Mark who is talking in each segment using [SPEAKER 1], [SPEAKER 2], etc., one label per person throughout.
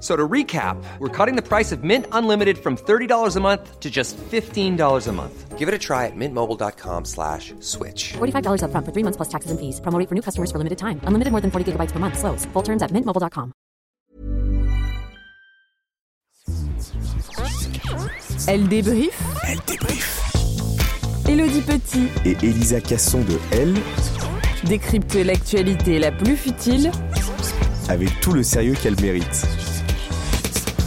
[SPEAKER 1] So to recap, we're cutting the price of Mint Unlimited from $30 a month to just $15 a month. Give it a try at mintmobile.com slash switch.
[SPEAKER 2] $45 upfront for three months plus taxes and fees. Promo rate for new customers for limited time. Unlimited more than 40 gigabytes per month. Slows. Full terms at mintmobile.com.
[SPEAKER 3] Elle débrief.
[SPEAKER 4] Elle débrief.
[SPEAKER 3] Elodie Petit
[SPEAKER 4] et Elisa Casson de Elle
[SPEAKER 3] décrypte l'actualité la plus futile
[SPEAKER 4] avec tout le sérieux qu'elle mérite.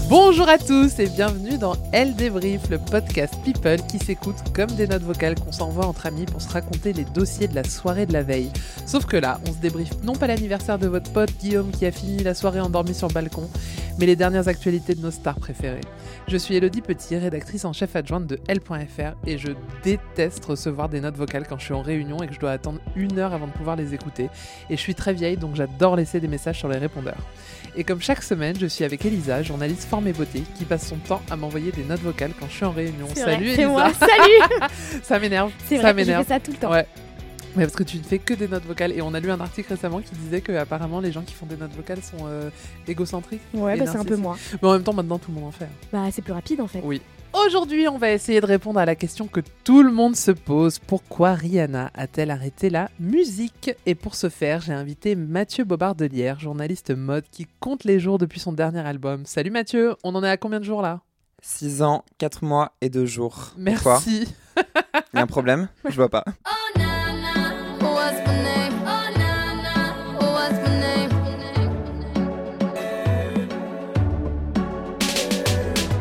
[SPEAKER 5] Bonjour à tous et bienvenue dans Elle débrief, le podcast People qui s'écoute comme des notes vocales qu'on s'envoie entre amis pour se raconter les dossiers de la soirée de la veille. Sauf que là, on se débriefe non pas l'anniversaire de votre pote Guillaume qui a fini la soirée endormi sur le balcon, mais les dernières actualités de nos stars préférées. Je suis Elodie Petit, rédactrice en chef adjointe de L.fr et je déteste recevoir des notes vocales quand je suis en réunion et que je dois attendre une heure avant de pouvoir les écouter. Et je suis très vieille donc j'adore laisser des messages sur les répondeurs. Et comme chaque semaine, je suis avec Elisa, journaliste forme et beauté, qui passe son temps à m'envoyer des notes vocales quand je suis en réunion.
[SPEAKER 6] C'est vrai,
[SPEAKER 5] Salut
[SPEAKER 6] c'est
[SPEAKER 5] Elisa
[SPEAKER 6] moi. Salut.
[SPEAKER 5] Ça m'énerve.
[SPEAKER 6] C'est
[SPEAKER 5] ça
[SPEAKER 6] vrai que je fais
[SPEAKER 5] m'énerve.
[SPEAKER 6] ça tout le temps.
[SPEAKER 5] Ouais. Mais parce que tu ne fais que des notes vocales. Et on a lu un article récemment qui disait que apparemment les gens qui font des notes vocales sont euh, égocentriques.
[SPEAKER 6] Ouais,
[SPEAKER 5] Et
[SPEAKER 6] bah, c'est un peu
[SPEAKER 5] narcissiques.
[SPEAKER 6] moi.
[SPEAKER 5] Mais en même temps, maintenant tout le monde en fait.
[SPEAKER 6] Bah, c'est plus rapide en fait.
[SPEAKER 5] Oui. Aujourd'hui, on va essayer de répondre à la question que tout le monde se pose. Pourquoi Rihanna a-t-elle arrêté la musique Et pour ce faire, j'ai invité Mathieu Bobardelière, journaliste mode qui compte les jours depuis son dernier album. Salut Mathieu, on en est à combien de jours là
[SPEAKER 7] 6 ans, 4 mois et 2 jours. Pourquoi
[SPEAKER 5] Merci.
[SPEAKER 7] Il y a un problème Je vois pas.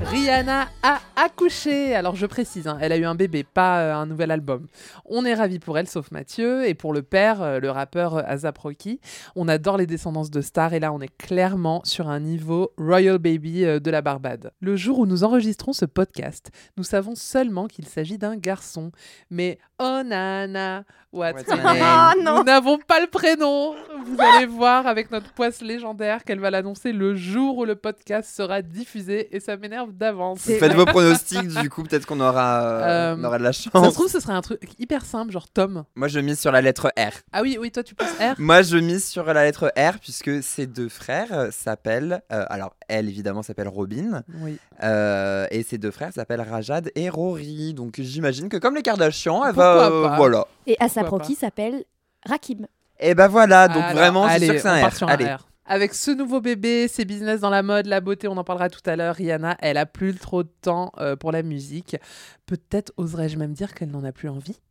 [SPEAKER 5] Rihanna a accouché. Alors je précise, hein, elle a eu un bébé, pas euh, un nouvel album. On est ravis pour elle, sauf Mathieu, et pour le père, euh, le rappeur euh, Asap Rocky. On adore les descendances de stars, et là on est clairement sur un niveau Royal Baby euh, de la Barbade. Le jour où nous enregistrons ce podcast, nous savons seulement qu'il s'agit d'un garçon. Mais oh nana, what's
[SPEAKER 7] What's
[SPEAKER 5] my
[SPEAKER 7] my
[SPEAKER 5] name
[SPEAKER 7] name
[SPEAKER 6] Ah, non.
[SPEAKER 5] Nous n'avons pas le prénom. Vous allez voir avec notre poisse légendaire qu'elle va l'annoncer le jour où le podcast sera diffusé, et ça m'énerve d'avance.
[SPEAKER 7] Faites vos pronostics, du coup, peut-être qu'on aura, euh,
[SPEAKER 5] Euh,
[SPEAKER 7] on aura de la chance.
[SPEAKER 5] Ça se trouve, ce serait un truc hyper simple, genre Tom.
[SPEAKER 7] Moi, je mise sur la lettre R.
[SPEAKER 5] Ah oui, oui, toi tu penses R
[SPEAKER 7] Moi, je mise sur la lettre R puisque ces deux frères euh, s'appellent. euh, alors, elle, évidemment, s'appelle Robin.
[SPEAKER 5] Oui.
[SPEAKER 7] euh, et ses deux frères s'appellent Rajad et Rory. Donc, j'imagine que comme les Kardashians, elle va. euh,
[SPEAKER 5] Pourquoi pas
[SPEAKER 7] voilà.
[SPEAKER 6] Et
[SPEAKER 5] Pourquoi
[SPEAKER 6] Asap Rocky s'appelle Rakim.
[SPEAKER 7] Et ben voilà, donc
[SPEAKER 5] Alors,
[SPEAKER 7] vraiment, c'est
[SPEAKER 5] allez,
[SPEAKER 7] sûr que c'est un
[SPEAKER 5] on
[SPEAKER 7] R.
[SPEAKER 5] part sur un
[SPEAKER 7] allez.
[SPEAKER 5] R. Avec ce nouveau bébé, ses business dans la mode, la beauté, on en parlera tout à l'heure. Rihanna, elle a plus trop de temps euh, pour la musique. Peut-être oserais-je même dire qu'elle n'en a plus envie.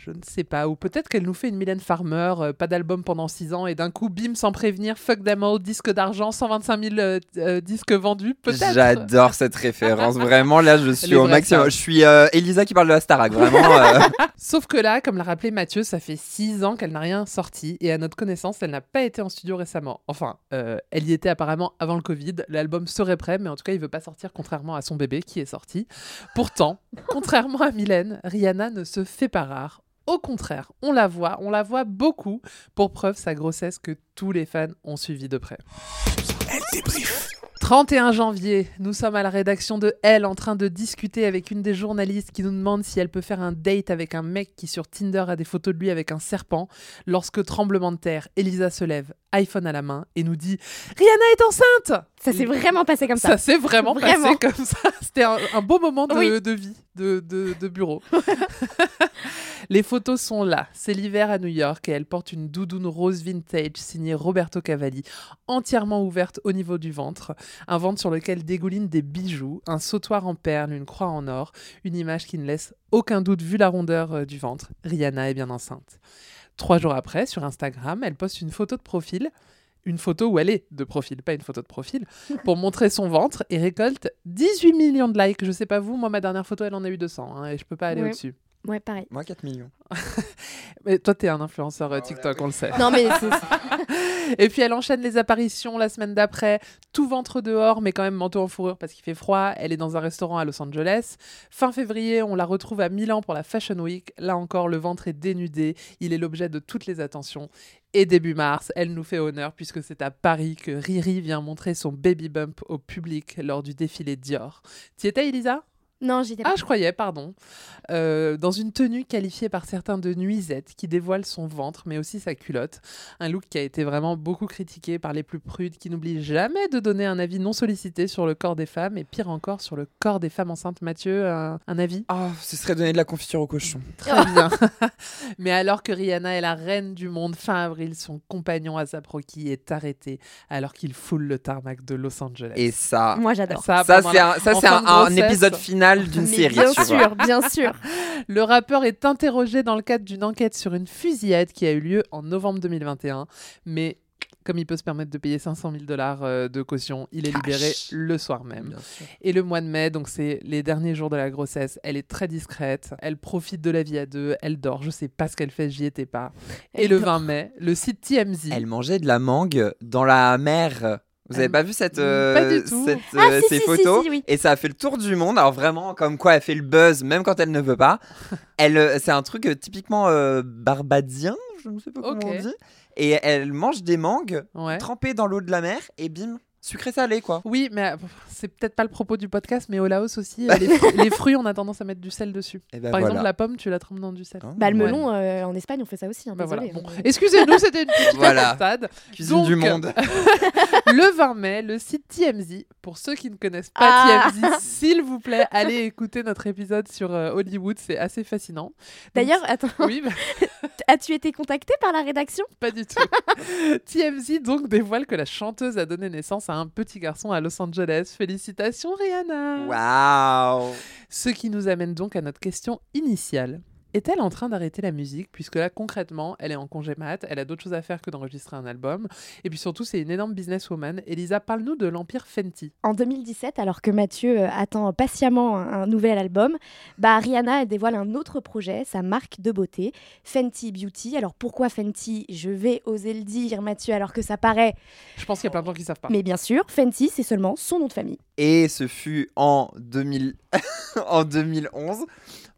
[SPEAKER 5] Je ne sais pas. Ou peut-être qu'elle nous fait une Mylène Farmer, euh, pas d'album pendant 6 ans et d'un coup, bim, sans prévenir, fuck them all, disque d'argent, 125 000 euh, euh, disques vendus. Peut-être.
[SPEAKER 7] J'adore cette référence. Vraiment, là, je suis
[SPEAKER 5] Les
[SPEAKER 7] au
[SPEAKER 5] vrais
[SPEAKER 7] maximum.
[SPEAKER 5] stars.
[SPEAKER 7] Je suis euh, Elisa qui parle de la Starac. Vraiment. euh,
[SPEAKER 5] Sauf que là, comme l'a rappelé Mathieu, ça fait six ans qu'elle n'a rien sorti et à notre connaissance, elle n'a pas été en studio récemment. Enfin, euh, elle y était apparemment avant le Covid. L'album serait prêt, mais en tout cas, il veut pas sortir contrairement à son bébé qui est sorti. Pourtant, contrairement à Mylène, Rihanna ne se fait pas rare. Au contraire, on la voit, on la voit beaucoup, pour preuve sa grossesse que tous les fans ont suivi de près. 31 janvier, nous sommes à la rédaction de Elle en train de discuter avec une des journalistes qui nous demande si elle peut faire un date avec un mec qui sur Tinder a des photos de lui avec un serpent. Lorsque tremblement de terre, Elisa se lève, iPhone à la main et nous dit Rihanna est enceinte
[SPEAKER 6] Ça s'est vraiment passé comme ça.
[SPEAKER 5] Ça s'est vraiment,
[SPEAKER 6] Vraiment.
[SPEAKER 5] passé comme ça. C'était un, un beau moment de,
[SPEAKER 6] Oui.
[SPEAKER 5] de vie, de, de- de bureau. Les photos sont là. C'est l'hiver à New York et elle porte une doudoune rose vintage signée Roberto Cavalli, entièrement ouverte au niveau du ventre. Un ventre sur lequel dégoulinent des bijoux, un sautoir en perles, une croix en or. Une image qui ne laisse aucun doute vu la rondeur euh, du ventre. Rihanna est bien enceinte. Trois jours après, sur Instagram, elle poste une photo de profil, une photo où elle est de profil, pas une photo de profil, pour montrer son ventre et récolte 18 millions de likes. Je sais pas vous, moi, ma dernière photo, elle en a eu 200 hein, et je peux pas aller
[SPEAKER 6] Ouais.
[SPEAKER 5] au-dessus.
[SPEAKER 6] Ouais, pareil.
[SPEAKER 7] Moi, 4 millions.
[SPEAKER 5] Mais toi, t'es un influenceur euh, TikTok, on le sait.
[SPEAKER 6] Non, mais c'est-
[SPEAKER 5] Et puis elle enchaîne les apparitions la semaine d'après, tout ventre dehors, mais quand même manteau en fourrure parce qu'il fait froid. Elle est dans un restaurant à Los Angeles. Fin février, on la retrouve à Milan pour la Fashion Week. Là encore, le ventre est dénudé. Il est l'objet de toutes les attentions. Et début mars, elle nous fait honneur puisque c'est à Paris que Riri vient montrer son baby bump au public lors du défilé Dior. T'y étais, Elisa
[SPEAKER 6] non, j'étais pas.
[SPEAKER 5] ah, je croyais, pardon. Euh, dans une tenue qualifiée par certains de nuisette qui dévoile son ventre, mais aussi sa culotte. Un look qui a été vraiment beaucoup critiqué par les plus prudes, qui n'oublient jamais de donner un avis non sollicité sur le corps des femmes, et pire encore sur le corps des femmes enceintes. Mathieu, un, un avis
[SPEAKER 7] Ah, ce serait donner de la confiture au cochon.
[SPEAKER 5] Très bien. mais alors que Rihanna est la reine du monde, fin avril, son compagnon Asap Rocky est arrêté alors qu'il foule le tarmac de Los Angeles.
[SPEAKER 7] Et ça.
[SPEAKER 6] Moi, j'adore.
[SPEAKER 5] ça,
[SPEAKER 7] ça,
[SPEAKER 5] pendant
[SPEAKER 7] c'est
[SPEAKER 5] la-
[SPEAKER 7] un, ça,
[SPEAKER 5] en
[SPEAKER 7] c'est
[SPEAKER 5] fin
[SPEAKER 7] un-
[SPEAKER 5] de
[SPEAKER 7] un
[SPEAKER 5] grossesse.
[SPEAKER 7] épisode final d'une
[SPEAKER 6] Mais
[SPEAKER 7] série.
[SPEAKER 6] bien
[SPEAKER 7] tu vois.
[SPEAKER 6] sûr, bien sûr.
[SPEAKER 5] Le rappeur est interrogé dans le cadre d'une enquête sur une fusillade qui a eu lieu en novembre 2021. Mais comme il peut se permettre de payer 500 000 dollars euh, de caution, il est
[SPEAKER 7] Cash.
[SPEAKER 5] libéré le soir même. Et le mois de mai, donc c'est les derniers jours de la grossesse, elle est très discrète, elle profite de la vie à deux, elle dort, je sais pas ce qu'elle fait, j'y étais pas. Et
[SPEAKER 6] Elle
[SPEAKER 5] le
[SPEAKER 6] dort.
[SPEAKER 5] 20 mai, le site TMZ.
[SPEAKER 7] Elle mangeait de la mangue dans la mer. Vous avez
[SPEAKER 5] Elle-
[SPEAKER 7] pas vu cette,
[SPEAKER 5] Pas
[SPEAKER 7] euh,
[SPEAKER 5] du tout.
[SPEAKER 7] cette,
[SPEAKER 6] Ah,
[SPEAKER 7] euh,
[SPEAKER 6] si,
[SPEAKER 7] ces
[SPEAKER 6] si, si,
[SPEAKER 7] photos
[SPEAKER 6] si, oui.
[SPEAKER 7] Et ça a fait le tour du monde. Alors vraiment, comme quoi elle fait le buzz, même quand elle ne veut pas. Elle, euh, c'est un truc euh, typiquement euh, barbadien, je ne sais pas comment
[SPEAKER 5] Ok.
[SPEAKER 7] on dit. Et elle mange des mangues
[SPEAKER 5] Ouais.
[SPEAKER 7] trempées dans l'eau de la mer et bim, sucré salé quoi.
[SPEAKER 5] Oui, mais euh, c'est peut-être pas le propos du podcast, mais au Laos aussi, euh, les, fru- les fruits, on a tendance à mettre du sel dessus.
[SPEAKER 7] Et ben
[SPEAKER 5] Par
[SPEAKER 7] voilà.
[SPEAKER 5] exemple, la pomme, tu la trempes dans du sel.
[SPEAKER 7] Hein,
[SPEAKER 6] Bah, le
[SPEAKER 7] ouais.
[SPEAKER 6] melon, euh, en Espagne, on fait ça aussi. hein,
[SPEAKER 5] Bah voilà.
[SPEAKER 6] désolé.
[SPEAKER 5] Bon. Excusez-nous, c'était une petite
[SPEAKER 7] Voilà.
[SPEAKER 5] stade.
[SPEAKER 7] Cuisine
[SPEAKER 5] Donc, euh,
[SPEAKER 7] du monde.
[SPEAKER 5] Le 20 mai, le site TMZ, pour ceux qui ne connaissent pas
[SPEAKER 6] Ah.
[SPEAKER 5] TMZ, s'il vous plaît, allez écouter notre épisode sur euh, Hollywood, c'est assez fascinant.
[SPEAKER 6] D'ailleurs, attends,
[SPEAKER 5] Oui, bah,
[SPEAKER 6] as-tu été contacté par la rédaction
[SPEAKER 5] pas du tout. TMZ donc dévoile que la chanteuse a donné naissance à un petit garçon à Los Angeles. Félicitations Rihanna
[SPEAKER 7] Waouh.
[SPEAKER 5] Ce qui nous amène donc à notre question initiale. Est-elle en train d'arrêter la musique Puisque là, concrètement, elle est en congé mat, elle a d'autres choses à faire que d'enregistrer un album. Et puis surtout, c'est une énorme businesswoman. Elisa, parle-nous de l'Empire Fenty.
[SPEAKER 6] En 2017, alors que Mathieu euh, attend patiemment un, un nouvel album, bah Rihanna elle dévoile un autre projet, sa marque de beauté, Fenty Beauty. Alors pourquoi Fenty Je vais oser le dire, Mathieu, alors que ça paraît.
[SPEAKER 5] Je pense qu'il y a plein de gens qui savent pas.
[SPEAKER 6] Mais bien sûr, Fenty, c'est seulement son nom de famille.
[SPEAKER 7] Et ce fut en 2000 en 2011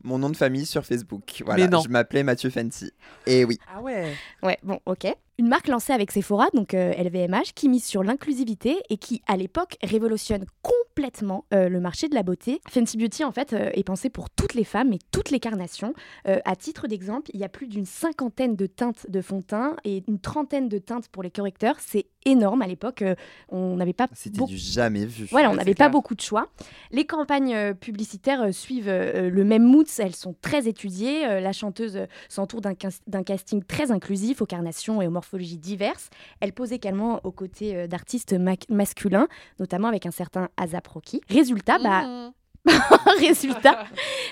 [SPEAKER 7] mon nom de famille sur Facebook. Voilà,
[SPEAKER 5] Mais non.
[SPEAKER 7] je m'appelais Mathieu Fenty. Et oui.
[SPEAKER 5] Ah ouais
[SPEAKER 6] Ouais, bon, ok. Une marque lancée avec Sephora, donc euh, LVMH, qui mise sur l'inclusivité et qui, à l'époque, révolutionne complètement euh, le marché de la beauté. Fenty Beauty, en fait, euh, est pensée pour toutes les femmes et toutes les carnations. Euh, à titre d'exemple, il y a plus d'une cinquantaine de teintes de fond de teint et une trentaine de teintes pour les correcteurs. C'est énorme. À l'époque, euh, on n'avait pas
[SPEAKER 7] C'était
[SPEAKER 6] beaucoup-
[SPEAKER 7] du jamais vu.
[SPEAKER 6] Voilà, on
[SPEAKER 5] Ouais,
[SPEAKER 6] n'avait
[SPEAKER 5] c'est
[SPEAKER 6] pas
[SPEAKER 5] clair.
[SPEAKER 6] beaucoup de choix. Les campagnes euh, publicitaires euh, suivent euh, le même mood, elles sont très étudiées. Euh, la chanteuse euh, s'entoure d'un cas- d'un casting très inclusif, aux carnations et aux morphologies diverses. Elle pose également aux côtés euh, d'artistes ma- masculins, notamment avec un certain Azap Rocky. Résultat, bah,
[SPEAKER 5] Mmh.
[SPEAKER 6] résultat,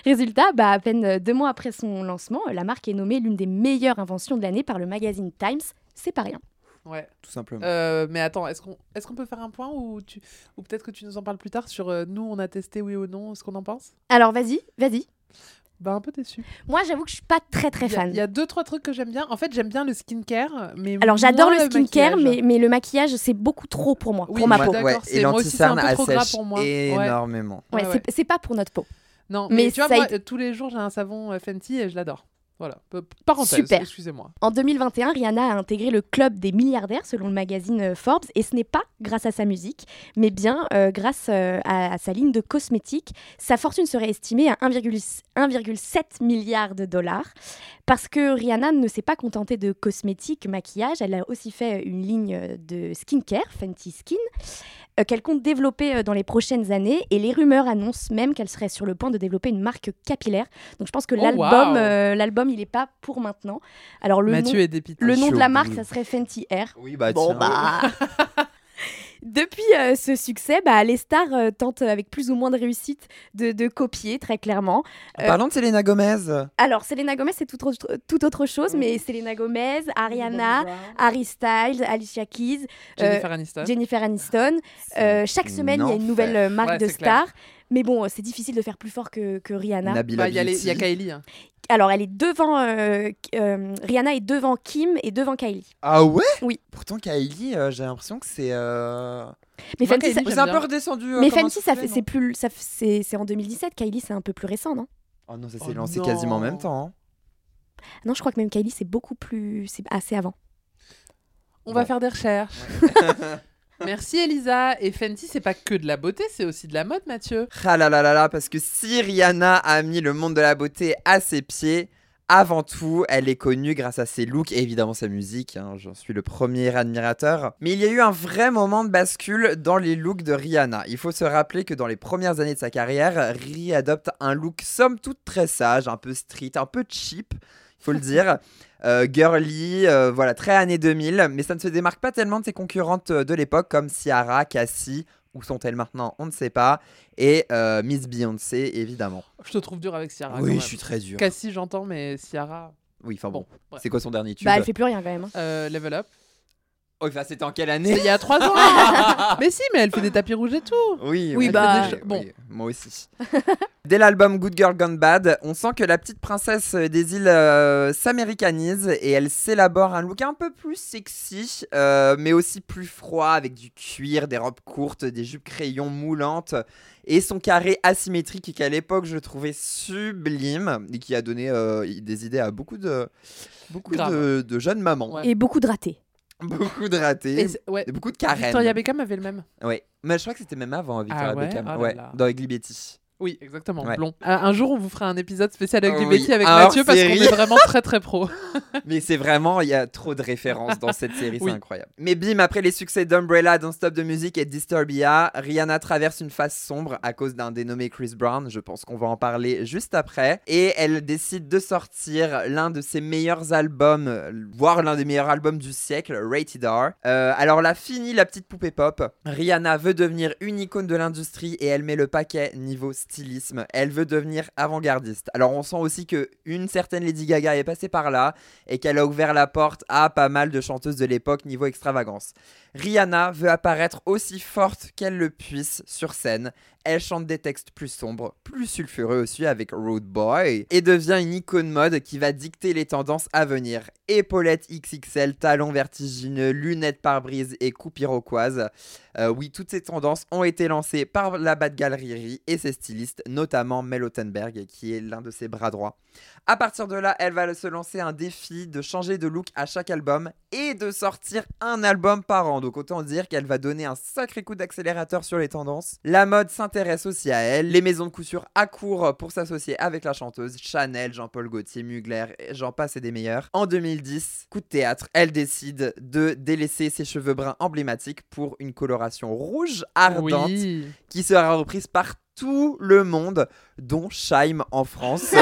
[SPEAKER 6] résultat bah, à peine euh, deux mois après son lancement, euh, la marque est nommée l'une des meilleures inventions de l'année par le magazine Times. C'est pas rien.
[SPEAKER 5] Ouais.
[SPEAKER 7] Tout simplement.
[SPEAKER 5] Euh, mais attends, est-ce qu'on est qu'on peut faire un point ou, tu... ou peut-être que tu nous en parles plus tard sur euh, nous, on a testé oui ou non, ce qu'on en pense
[SPEAKER 6] Alors vas-y, vas-y.
[SPEAKER 5] Bah, un peu déçu.
[SPEAKER 6] Moi, j'avoue que je suis pas très très
[SPEAKER 5] Il y a-
[SPEAKER 6] fan.
[SPEAKER 5] Il y a deux, trois trucs que j'aime bien. En fait, j'aime bien le skincare, mais.
[SPEAKER 6] Alors j'adore le
[SPEAKER 5] moins
[SPEAKER 6] skincare,
[SPEAKER 5] maquillage.
[SPEAKER 6] mais, mais le maquillage, c'est beaucoup trop pour moi,
[SPEAKER 5] Oui,
[SPEAKER 6] pour ma
[SPEAKER 5] moi,
[SPEAKER 6] peau.
[SPEAKER 5] d'accord,
[SPEAKER 7] ouais,
[SPEAKER 5] c'est-
[SPEAKER 7] et
[SPEAKER 5] moi aussi, c'est un
[SPEAKER 7] l'antisarne
[SPEAKER 5] peu trop gras
[SPEAKER 7] assèche
[SPEAKER 5] pour moi. Ouais.
[SPEAKER 7] énormément.
[SPEAKER 6] Ouais,
[SPEAKER 5] ouais,
[SPEAKER 6] c'est- C'est pas pour notre peau.
[SPEAKER 5] Non,
[SPEAKER 6] Mais
[SPEAKER 5] mais tu vois,
[SPEAKER 6] ça
[SPEAKER 5] moi,
[SPEAKER 6] a été-
[SPEAKER 5] euh, tous les jours, j'ai un savon euh, Fenty et je l'adore. Voilà, P- parenthèse,
[SPEAKER 6] Super.
[SPEAKER 5] excusez-moi.
[SPEAKER 6] En 2021, Rihanna a intégré le club des milliardaires selon le magazine euh, Forbes et ce n'est pas grâce à sa musique, mais bien euh, grâce euh, à, à sa ligne de cosmétiques. Sa fortune serait estimée à 1,6 1,7 milliard de dollars parce que Rihanna ne s'est pas contentée de cosmétiques, maquillage, elle a aussi fait une ligne euh, de skincare, Fenty Skin, euh, qu'elle compte développer euh, dans les prochaines années et les rumeurs annoncent même qu'elle serait sur le point de développer une marque capillaire. Donc je pense que
[SPEAKER 5] Oh,
[SPEAKER 6] l'album,
[SPEAKER 5] waouh.
[SPEAKER 6] euh, l'album, il n'est pas pour maintenant. Alors le nom-
[SPEAKER 5] Mathieu est dépité.
[SPEAKER 6] le nom de la
[SPEAKER 7] Chaud.
[SPEAKER 6] marque, ça serait Fenty Air.
[SPEAKER 7] Oui, bah
[SPEAKER 6] Bon
[SPEAKER 7] tiens.
[SPEAKER 6] bah. Depuis euh, ce succès, bah, les stars euh, tentent euh, avec plus ou moins de réussite de, de copier très clairement. Euh,
[SPEAKER 7] Parlons de Selena Gomez.
[SPEAKER 6] Alors Selena Gomez, c'est tout, autre- tout autre chose, mais Selena Gomez, Ariana, Harry Styles, Alicia Keys, euh,
[SPEAKER 5] Jennifer Aniston.
[SPEAKER 6] Jennifer Aniston. Euh, chaque semaine, il y a une
[SPEAKER 7] Enfer.
[SPEAKER 6] nouvelle euh, marque
[SPEAKER 5] Ouais,
[SPEAKER 6] de
[SPEAKER 5] c'est clair.
[SPEAKER 6] stars. Mais bon, euh, c'est difficile de faire plus fort que, que Rihanna.
[SPEAKER 7] Nabila
[SPEAKER 5] Bah, Il y, a les- il y a
[SPEAKER 7] Beauty.
[SPEAKER 5] Kylie. hein.
[SPEAKER 6] Alors elle est devant euh, K- euh, Rihanna est devant Kim et devant Kylie.
[SPEAKER 7] Ah ouais
[SPEAKER 6] Oui.
[SPEAKER 7] Pourtant, Kylie, euh, j'ai l'impression que c'est. euh,
[SPEAKER 6] Mais
[SPEAKER 5] Moi,
[SPEAKER 6] Fenty,
[SPEAKER 5] Kylie,
[SPEAKER 6] ça-
[SPEAKER 5] j'aime
[SPEAKER 7] C'est un
[SPEAKER 5] bien.
[SPEAKER 7] peu redescendu. euh,
[SPEAKER 6] Mais
[SPEAKER 7] comme un
[SPEAKER 6] Fenty, ça
[SPEAKER 7] soufflet,
[SPEAKER 6] fait,
[SPEAKER 7] non
[SPEAKER 6] c'est plus, ça, f- c'est, c'est en 2017. Kylie, c'est un peu plus récent, non
[SPEAKER 7] Oh non, ça s'est
[SPEAKER 5] Oh
[SPEAKER 7] lancé
[SPEAKER 5] non.
[SPEAKER 7] quasiment en même temps. hein.
[SPEAKER 6] Ah Non, je crois que même Kylie, c'est beaucoup plus, c'est assez avant.
[SPEAKER 5] On va
[SPEAKER 7] Bon.
[SPEAKER 5] faire des recherches. Merci Elisa. Et Fenty, c'est pas que de la beauté, c'est aussi de la mode, Mathieu.
[SPEAKER 7] Ah là là là là, parce que si Rihanna a mis le monde de la beauté à ses pieds, avant tout, elle est connue grâce à ses looks et évidemment sa musique, hein, j'en suis le premier admirateur. Mais il y a eu un vrai moment de bascule dans les looks de Rihanna. Il faut se rappeler que dans les premières années de sa carrière, Ri adopte un look somme toute très sage, un peu street, un peu cheap, il faut le dire. Euh, girly, euh, voilà, très années 2000, mais ça ne se démarque pas tellement de ses concurrentes euh, de l'époque comme Ciara, Cassie, où sont-elles maintenant On ne sait pas et euh, Miss Beyoncé évidemment.
[SPEAKER 5] Je te trouve dur avec Ciara. quand
[SPEAKER 7] oui,
[SPEAKER 5] même.
[SPEAKER 7] je suis très dur.
[SPEAKER 5] Cassie, j'entends, mais Ciara.
[SPEAKER 7] Oui, enfin bon,
[SPEAKER 5] Bon, bref.
[SPEAKER 7] c'est quoi son dernier tube
[SPEAKER 6] Bah, elle fait plus rien quand même. hein.
[SPEAKER 5] Euh, level up.
[SPEAKER 7] Oh, enfin, c'était en quelle
[SPEAKER 5] C'est
[SPEAKER 7] année
[SPEAKER 5] Il y a trois ans. mais si, mais elle fait des tapis rouges et tout.
[SPEAKER 7] Oui,
[SPEAKER 6] Oui,
[SPEAKER 7] elle
[SPEAKER 6] bah,
[SPEAKER 7] fait des-
[SPEAKER 5] euh, bon.
[SPEAKER 7] oui, moi aussi. Dès l'album Good Girl Gone Bad, on sent que la petite princesse des îles euh, s'américanise et elle s'élabore un look un peu plus sexy, euh, mais aussi plus froid, avec du cuir, des robes courtes, des jupes crayons moulantes et son carré asymétrique qu'à l'époque je trouvais sublime et qui a donné euh, des idées à beaucoup de, beaucoup
[SPEAKER 5] Grave.
[SPEAKER 7] de, de jeunes mamans.
[SPEAKER 5] Ouais.
[SPEAKER 6] Et beaucoup de ratés.
[SPEAKER 7] Beaucoup de
[SPEAKER 5] Et
[SPEAKER 7] ratés,
[SPEAKER 5] c'est- ouais.
[SPEAKER 7] et beaucoup de carènes.
[SPEAKER 5] Victoria Beckham avait le même.
[SPEAKER 7] Ouais. Mais je crois que c'était même avant hein, Victoria
[SPEAKER 5] Ah ouais
[SPEAKER 7] Beckham,
[SPEAKER 5] Oh là
[SPEAKER 7] ouais,
[SPEAKER 5] là.
[SPEAKER 7] dans Ugly Betty.
[SPEAKER 5] Oui, exactement.
[SPEAKER 7] Ouais.
[SPEAKER 5] Blond. Euh, Un un jour, on vous fera un épisode spécial avec
[SPEAKER 7] Oh
[SPEAKER 5] du
[SPEAKER 7] oui,
[SPEAKER 5] Betty avec
[SPEAKER 7] un
[SPEAKER 5] Mathieu parce qu'on
[SPEAKER 7] hors-série.
[SPEAKER 5] est vraiment très très pro.
[SPEAKER 7] Mais c'est vraiment, il y a trop de références dans cette série, c'est
[SPEAKER 5] Oui.
[SPEAKER 7] incroyable. Mais bim, après les succès d'Umbrella, Don't Stop de Music et Disturbia, Rihanna traverse une phase sombre à cause d'un dénommé Chris Brown, je pense qu'on va en parler juste après. Et elle décide de sortir l'un de ses meilleurs albums, euh, voire l'un des meilleurs albums du siècle, Rated R. Euh, alors là, fini la petite poupée pop. Rihanna veut devenir une icône de l'industrie et elle met le paquet niveau stylisme. Elle veut devenir avant-gardiste. Alors on sent aussi que une certaine Lady Gaga est passée par là et qu'elle a ouvert la porte à pas mal de chanteuses de l'époque niveau extravagance. Rihanna veut apparaître aussi forte qu'elle le puisse sur scène. Elle chante des textes plus sombres, plus sulfureux aussi avec Road Boy et devient une icône mode qui va dicter les tendances à venir. Épaulettes XXL, talons vertigineux, lunettes pare-brise et coupes iroquoises. Euh, oui, toutes ces tendances ont été lancées par la Bad Gallery et ses stylistes, notamment Mel Ottenberg qui est l'un de ses bras droits. À partir de là, elle va se lancer un défi de changer de look à chaque album et de sortir un album par an. Donc autant dire qu'elle va donner un sacré coup d'accélérateur sur les tendances. La mode s'intéresse aussi à elle. Les maisons de couture accourent pour s'associer avec la chanteuse Chanel, Jean-Paul Gaultier, Mugler, et j'en passe et des meilleurs. En 2010, coup de théâtre, elle décide de délaisser ses cheveux bruns emblématiques pour une coloration rouge ardente
[SPEAKER 5] Oui.
[SPEAKER 7] qui sera reprise par tout le monde, dont Scheim en France,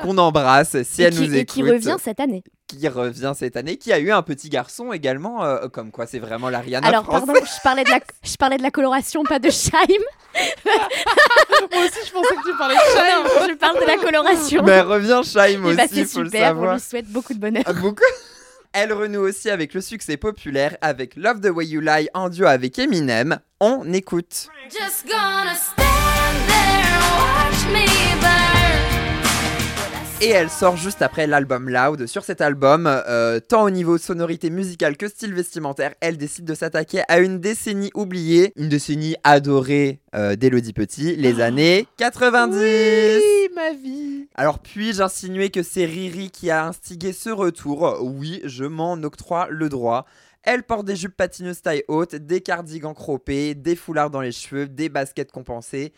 [SPEAKER 7] qu'on embrasse si
[SPEAKER 6] et
[SPEAKER 7] elle
[SPEAKER 6] qui,
[SPEAKER 7] nous écoute.
[SPEAKER 6] et qui revient cette année.
[SPEAKER 7] qui revient cette année, qui a eu un petit garçon également, euh, comme quoi c'est vraiment la Rihanna
[SPEAKER 6] Alors,
[SPEAKER 7] France.
[SPEAKER 6] pardon, je parlais, de la, je parlais de la coloration, pas de Scheim.
[SPEAKER 5] Moi aussi, je pensais que tu parlais de Shine.
[SPEAKER 6] Ah je parle de la coloration.
[SPEAKER 7] Mais revient Scheim
[SPEAKER 6] Et
[SPEAKER 7] aussi,
[SPEAKER 6] bah, c'est
[SPEAKER 7] faut le
[SPEAKER 6] super, on
[SPEAKER 7] savoir.
[SPEAKER 6] lui souhaite beaucoup de bonheur.
[SPEAKER 7] Ah, beaucoup. Elle renoue aussi avec le succès populaire avec Love the Way You Lie en duo avec Eminem. On écoute.
[SPEAKER 8] Just gonna stand there and watch me burn.
[SPEAKER 7] et elle sort juste après l'album Loud. Sur cet album, euh, tant au niveau sonorité musicale que style vestimentaire, elle décide de s'attaquer à une décennie oubliée, une décennie adorée euh, d'Elodie Petit, les années 90.
[SPEAKER 5] Oui, ma vie.
[SPEAKER 7] Alors puis-je insinuer que c'est Riri qui a instigé ce retour Oui, je m'en octroie le droit. Elle porte des jupes patineuses taille haute, des cardigans croppés, des foulards dans les cheveux, des baskets compensées.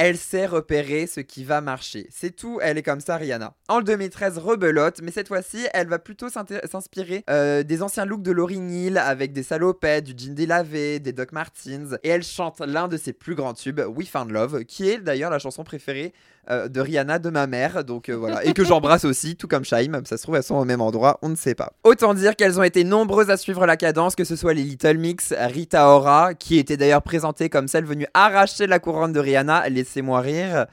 [SPEAKER 7] Elle sait repérer ce qui va marcher. C'est tout, elle est comme ça, Rihanna. En 2013, rebelote, mais cette fois-ci, elle va plutôt s'inté- s'inspirer euh, des anciens looks de Laurie Neal avec des salopettes, du jean délavé, des Doc Martens. Et elle chante l'un de ses plus grands tubes, We Found Love, qui est d'ailleurs la chanson préférée euh, de Rihanna de ma mère. Donc euh, voilà. Et que j'embrasse aussi, tout comme Shaim. Ça se trouve, elles sont au même endroit, on ne sait pas. Autant dire qu'elles ont été nombreuses à suivre la cadence, que ce soit les Little Mix, Rita Ora, qui était d'ailleurs présentée comme celle venue arracher la couronne de Rihanna, laissez-moi rire.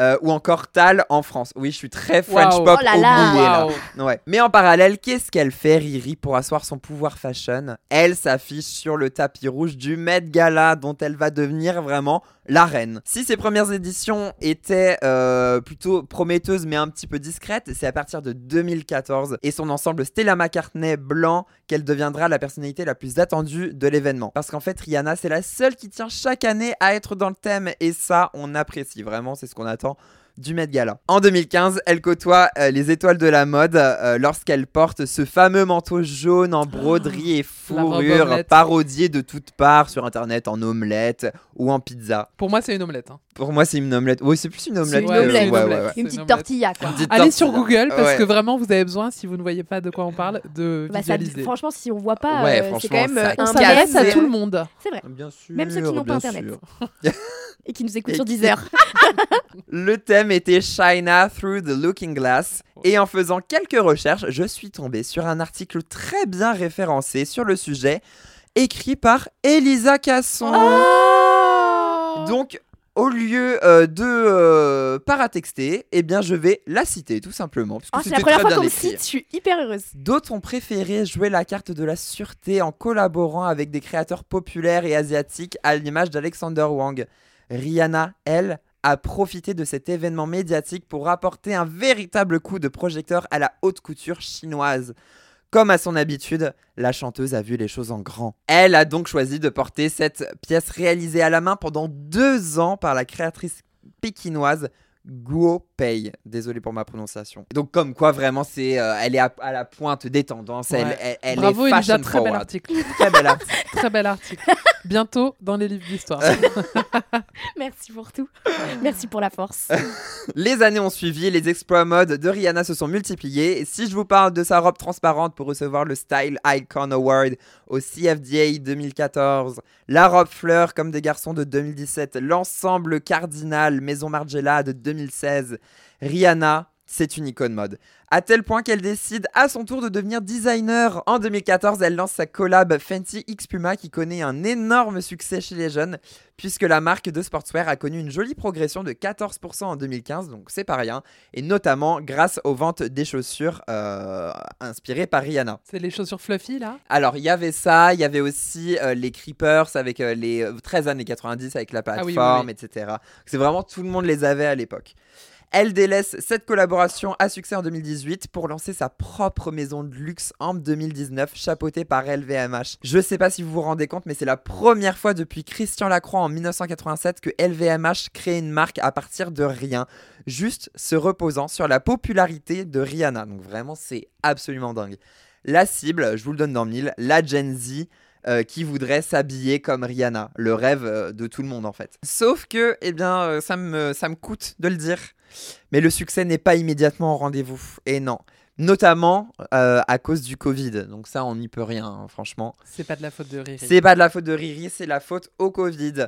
[SPEAKER 7] euh, ou encore Tal en France. Oui, je suis très French
[SPEAKER 5] Waouh.
[SPEAKER 7] pop
[SPEAKER 6] Oh là là.
[SPEAKER 7] oublié, là.
[SPEAKER 5] Waouh.
[SPEAKER 7] Ouais. Mais en parallèle, qu'est-ce qu'elle fait Riri pour asseoir son pouvoir fashion Elle s'affiche sur le tapis rouge du Met Gala dont elle va devenir vraiment la reine. Si ses premières éditions étaient euh, plutôt prometteuses mais un petit peu discrètes, c'est à partir de 2014 et son ensemble Stella McCartney blanc qu'elle deviendra la personnalité la plus attendue de l'événement. Parce qu'en fait, Rihanna, c'est la seule qui tient chaque année à être dans le thème et ça, on apprécie vraiment, c'est ce qu'on attend du Met Gala. En 2015, elle côtoie euh, les étoiles de la mode euh, lorsqu'elle porte ce fameux manteau jaune en broderie et
[SPEAKER 5] la robe
[SPEAKER 7] fourrure
[SPEAKER 5] omelette.
[SPEAKER 7] parodié de toutes parts sur internet en omelette ou en pizza.
[SPEAKER 5] Pour moi, c'est une omelette. hein.
[SPEAKER 7] Pour moi, c'est une omelette. Oui, c'est plus une omelette.
[SPEAKER 6] une
[SPEAKER 7] que-
[SPEAKER 6] omelette.
[SPEAKER 7] ouais, ouais, ouais.
[SPEAKER 5] C'est
[SPEAKER 6] Une
[SPEAKER 5] une
[SPEAKER 6] petite
[SPEAKER 5] omelette.
[SPEAKER 6] tortilla, quoi.
[SPEAKER 7] Une petite
[SPEAKER 5] Allez sur
[SPEAKER 7] tortilla.
[SPEAKER 5] Google parce
[SPEAKER 7] Ouais.
[SPEAKER 5] que vraiment, vous avez besoin, si vous ne voyez pas de quoi on parle, de
[SPEAKER 6] Bah, ça-
[SPEAKER 5] visualiser.
[SPEAKER 6] franchement, si on voit pas,
[SPEAKER 7] Ouais,
[SPEAKER 6] euh, c'est
[SPEAKER 7] franchement,
[SPEAKER 6] quand même
[SPEAKER 7] ça
[SPEAKER 6] euh,
[SPEAKER 5] on
[SPEAKER 6] un
[SPEAKER 5] s'adresse à
[SPEAKER 6] geste,
[SPEAKER 5] tout le
[SPEAKER 6] euh,
[SPEAKER 5] monde.
[SPEAKER 6] C'est vrai.
[SPEAKER 7] Bien sûr.
[SPEAKER 6] Même ceux qui n'ont pas
[SPEAKER 7] bien
[SPEAKER 6] Internet.
[SPEAKER 7] sûr.
[SPEAKER 6] Et qui nous écoute
[SPEAKER 7] Et
[SPEAKER 6] sur
[SPEAKER 7] qui-
[SPEAKER 6] Deezer.
[SPEAKER 7] Le thème était China Through the Looking Glass. Et en faisant quelques recherches, je suis tombé sur un article très bien référencé sur le sujet, écrit par Elisa Casson.
[SPEAKER 6] Ah Oh
[SPEAKER 7] Donc, au lieu euh, de euh, paratexter, eh bien, je vais la citer tout simplement. parce que
[SPEAKER 6] Ah, c'est
[SPEAKER 7] c'était
[SPEAKER 6] la première
[SPEAKER 7] très
[SPEAKER 6] fois
[SPEAKER 7] bien
[SPEAKER 6] qu'on me
[SPEAKER 7] écrit.
[SPEAKER 6] cite, je suis hyper heureuse.
[SPEAKER 7] D'autres ont préféré jouer la carte de la sûreté en collaborant avec des créateurs populaires et asiatiques à l'image d'Alexander Wang. Rihanna, elle, a profité de cet événement médiatique pour apporter un véritable coup de projecteur à la haute couture chinoise. Comme à son habitude, la chanteuse a vu les choses en grand. Elle a donc choisi de porter cette pièce réalisée à la main pendant deux ans par la créatrice pékinoise Guo Pei. Désolé pour ma prononciation. Donc comme quoi vraiment c'est, euh, elle est à, à la pointe des tendances. Elle,
[SPEAKER 5] Ouais.
[SPEAKER 7] elle, elle
[SPEAKER 5] Bravo
[SPEAKER 7] est
[SPEAKER 5] Elisa,
[SPEAKER 7] fashion
[SPEAKER 5] très bel
[SPEAKER 7] forward.
[SPEAKER 5] article.
[SPEAKER 7] Très belle artiste.
[SPEAKER 5] Très bel article. Bientôt dans les livres d'histoire.
[SPEAKER 6] Merci pour tout. Merci pour la force.
[SPEAKER 7] Les années ont suivi, les exploits mode de Rihanna se sont multipliés. Et si je vous parle de sa robe transparente pour recevoir le Style Icon Award au CFDA 2014, la robe fleur comme des garçons de 2017, l'ensemble cardinal Maison Margiela de 2016, Rihanna, c'est une icône mode. À tel point qu'elle décide à son tour de devenir designer. En 2014, elle lance sa collab Fenty X Puma qui connaît un énorme succès chez les jeunes puisque la marque de sportswear a connu une jolie progression de 14% en 2015, donc c'est pas rien, et notamment grâce aux ventes des chaussures euh, inspirées par Rihanna.
[SPEAKER 5] C'est les chaussures fluffy là.
[SPEAKER 7] Alors il y avait ça, il y avait aussi euh, les Creepers avec euh, les euh, 13 années 90 avec la
[SPEAKER 5] Ah oui, oui,
[SPEAKER 7] plateforme,
[SPEAKER 5] oui.
[SPEAKER 7] etc. C'est vraiment tout le monde les avait à l'époque. Elle délaisse cette collaboration à succès en 2018 pour lancer sa propre maison de luxe en 2019, chapeautée par LVMH. Je sais pas si vous vous rendez compte, mais c'est la première fois depuis Christian Lacroix en 1987 que LVMH crée une marque à partir de rien, juste se reposant sur la popularité de Rihanna. Donc vraiment, c'est absolument dingue. La cible, je vous le donne dans le mille, la Gen Z. euh, qui voudrait s'habiller comme Rihanna, le rêve euh, de tout le monde en fait. Sauf que, eh bien, euh, ça me, ça me coûte de le dire, mais le succès n'est pas immédiatement au rendez-vous. Et non. Notamment euh, à cause du Covid. Donc ça, on n'y peut rien, hein, franchement.
[SPEAKER 5] C'est pas de la faute de Riri.
[SPEAKER 7] C'est pas de la faute de Riri, c'est la faute au Covid.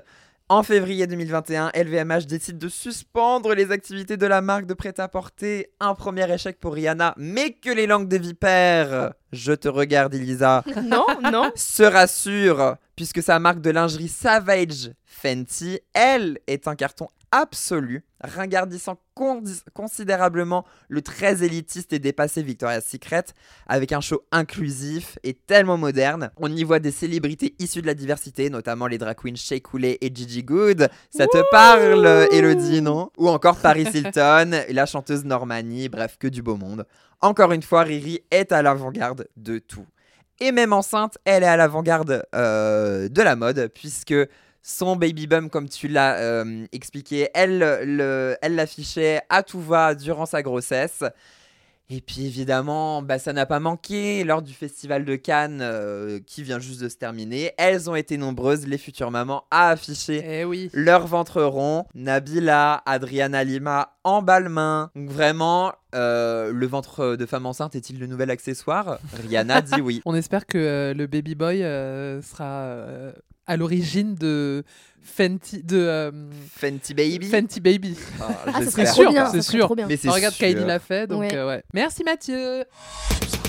[SPEAKER 7] En février 2021, LVMH décide de suspendre les activités de la marque de prêt-à-porter. Un premier échec pour Rihanna, mais que les langues des vipères. Je te regarde, Elisa
[SPEAKER 6] Non, non.
[SPEAKER 7] se rassure, puisque sa marque de lingerie Savage Fenty, elle, est un carton absolu, ringardissant condi- considérablement le très élitiste et dépassé Victoria's Secret, avec un show inclusif et tellement moderne. On y voit des célébrités issues de la diversité, notamment les drag queens Shea Coulee et Gigi Good. Ça te parle, Elodie, non Ou encore Paris Hilton, la chanteuse Normani, bref, que du beau monde. Encore une fois, Riri est à l'avant-garde de tout. Et même enceinte, elle est à l'avant-garde euh, de la mode, puisque son baby bum, comme tu l'as euh, expliqué, elle le- elle l'affichait à tout va durant sa grossesse. Et puis évidemment, bah, ça n'a pas manqué lors du festival de Cannes euh, qui vient juste de se terminer. Elles ont été nombreuses, les futures mamans, à afficher
[SPEAKER 5] Eh oui.
[SPEAKER 7] leur ventre rond, Nabila, Adriana Lima, en balmain. Donc vraiment, euh, le ventre de femme enceinte est-il le nouvel accessoire Rihanna dit oui.
[SPEAKER 5] On espère que euh, le baby boy euh, sera euh, à l'origine de Fenty de euh,
[SPEAKER 7] Fenty Baby
[SPEAKER 5] Fenty Baby.
[SPEAKER 7] Ah,
[SPEAKER 6] Ah, ça
[SPEAKER 7] j'espère.
[SPEAKER 6] serait
[SPEAKER 5] C'est
[SPEAKER 6] trop
[SPEAKER 5] sûr,
[SPEAKER 6] bien.
[SPEAKER 5] c'est
[SPEAKER 6] ça serait
[SPEAKER 5] sûr.
[SPEAKER 6] Trop bien.
[SPEAKER 7] Mais c'est
[SPEAKER 5] Alors, regarde,
[SPEAKER 7] sûr.
[SPEAKER 5] Kylie l'a fait, donc
[SPEAKER 6] Ouais.
[SPEAKER 5] euh, ouais. Merci Mathieu.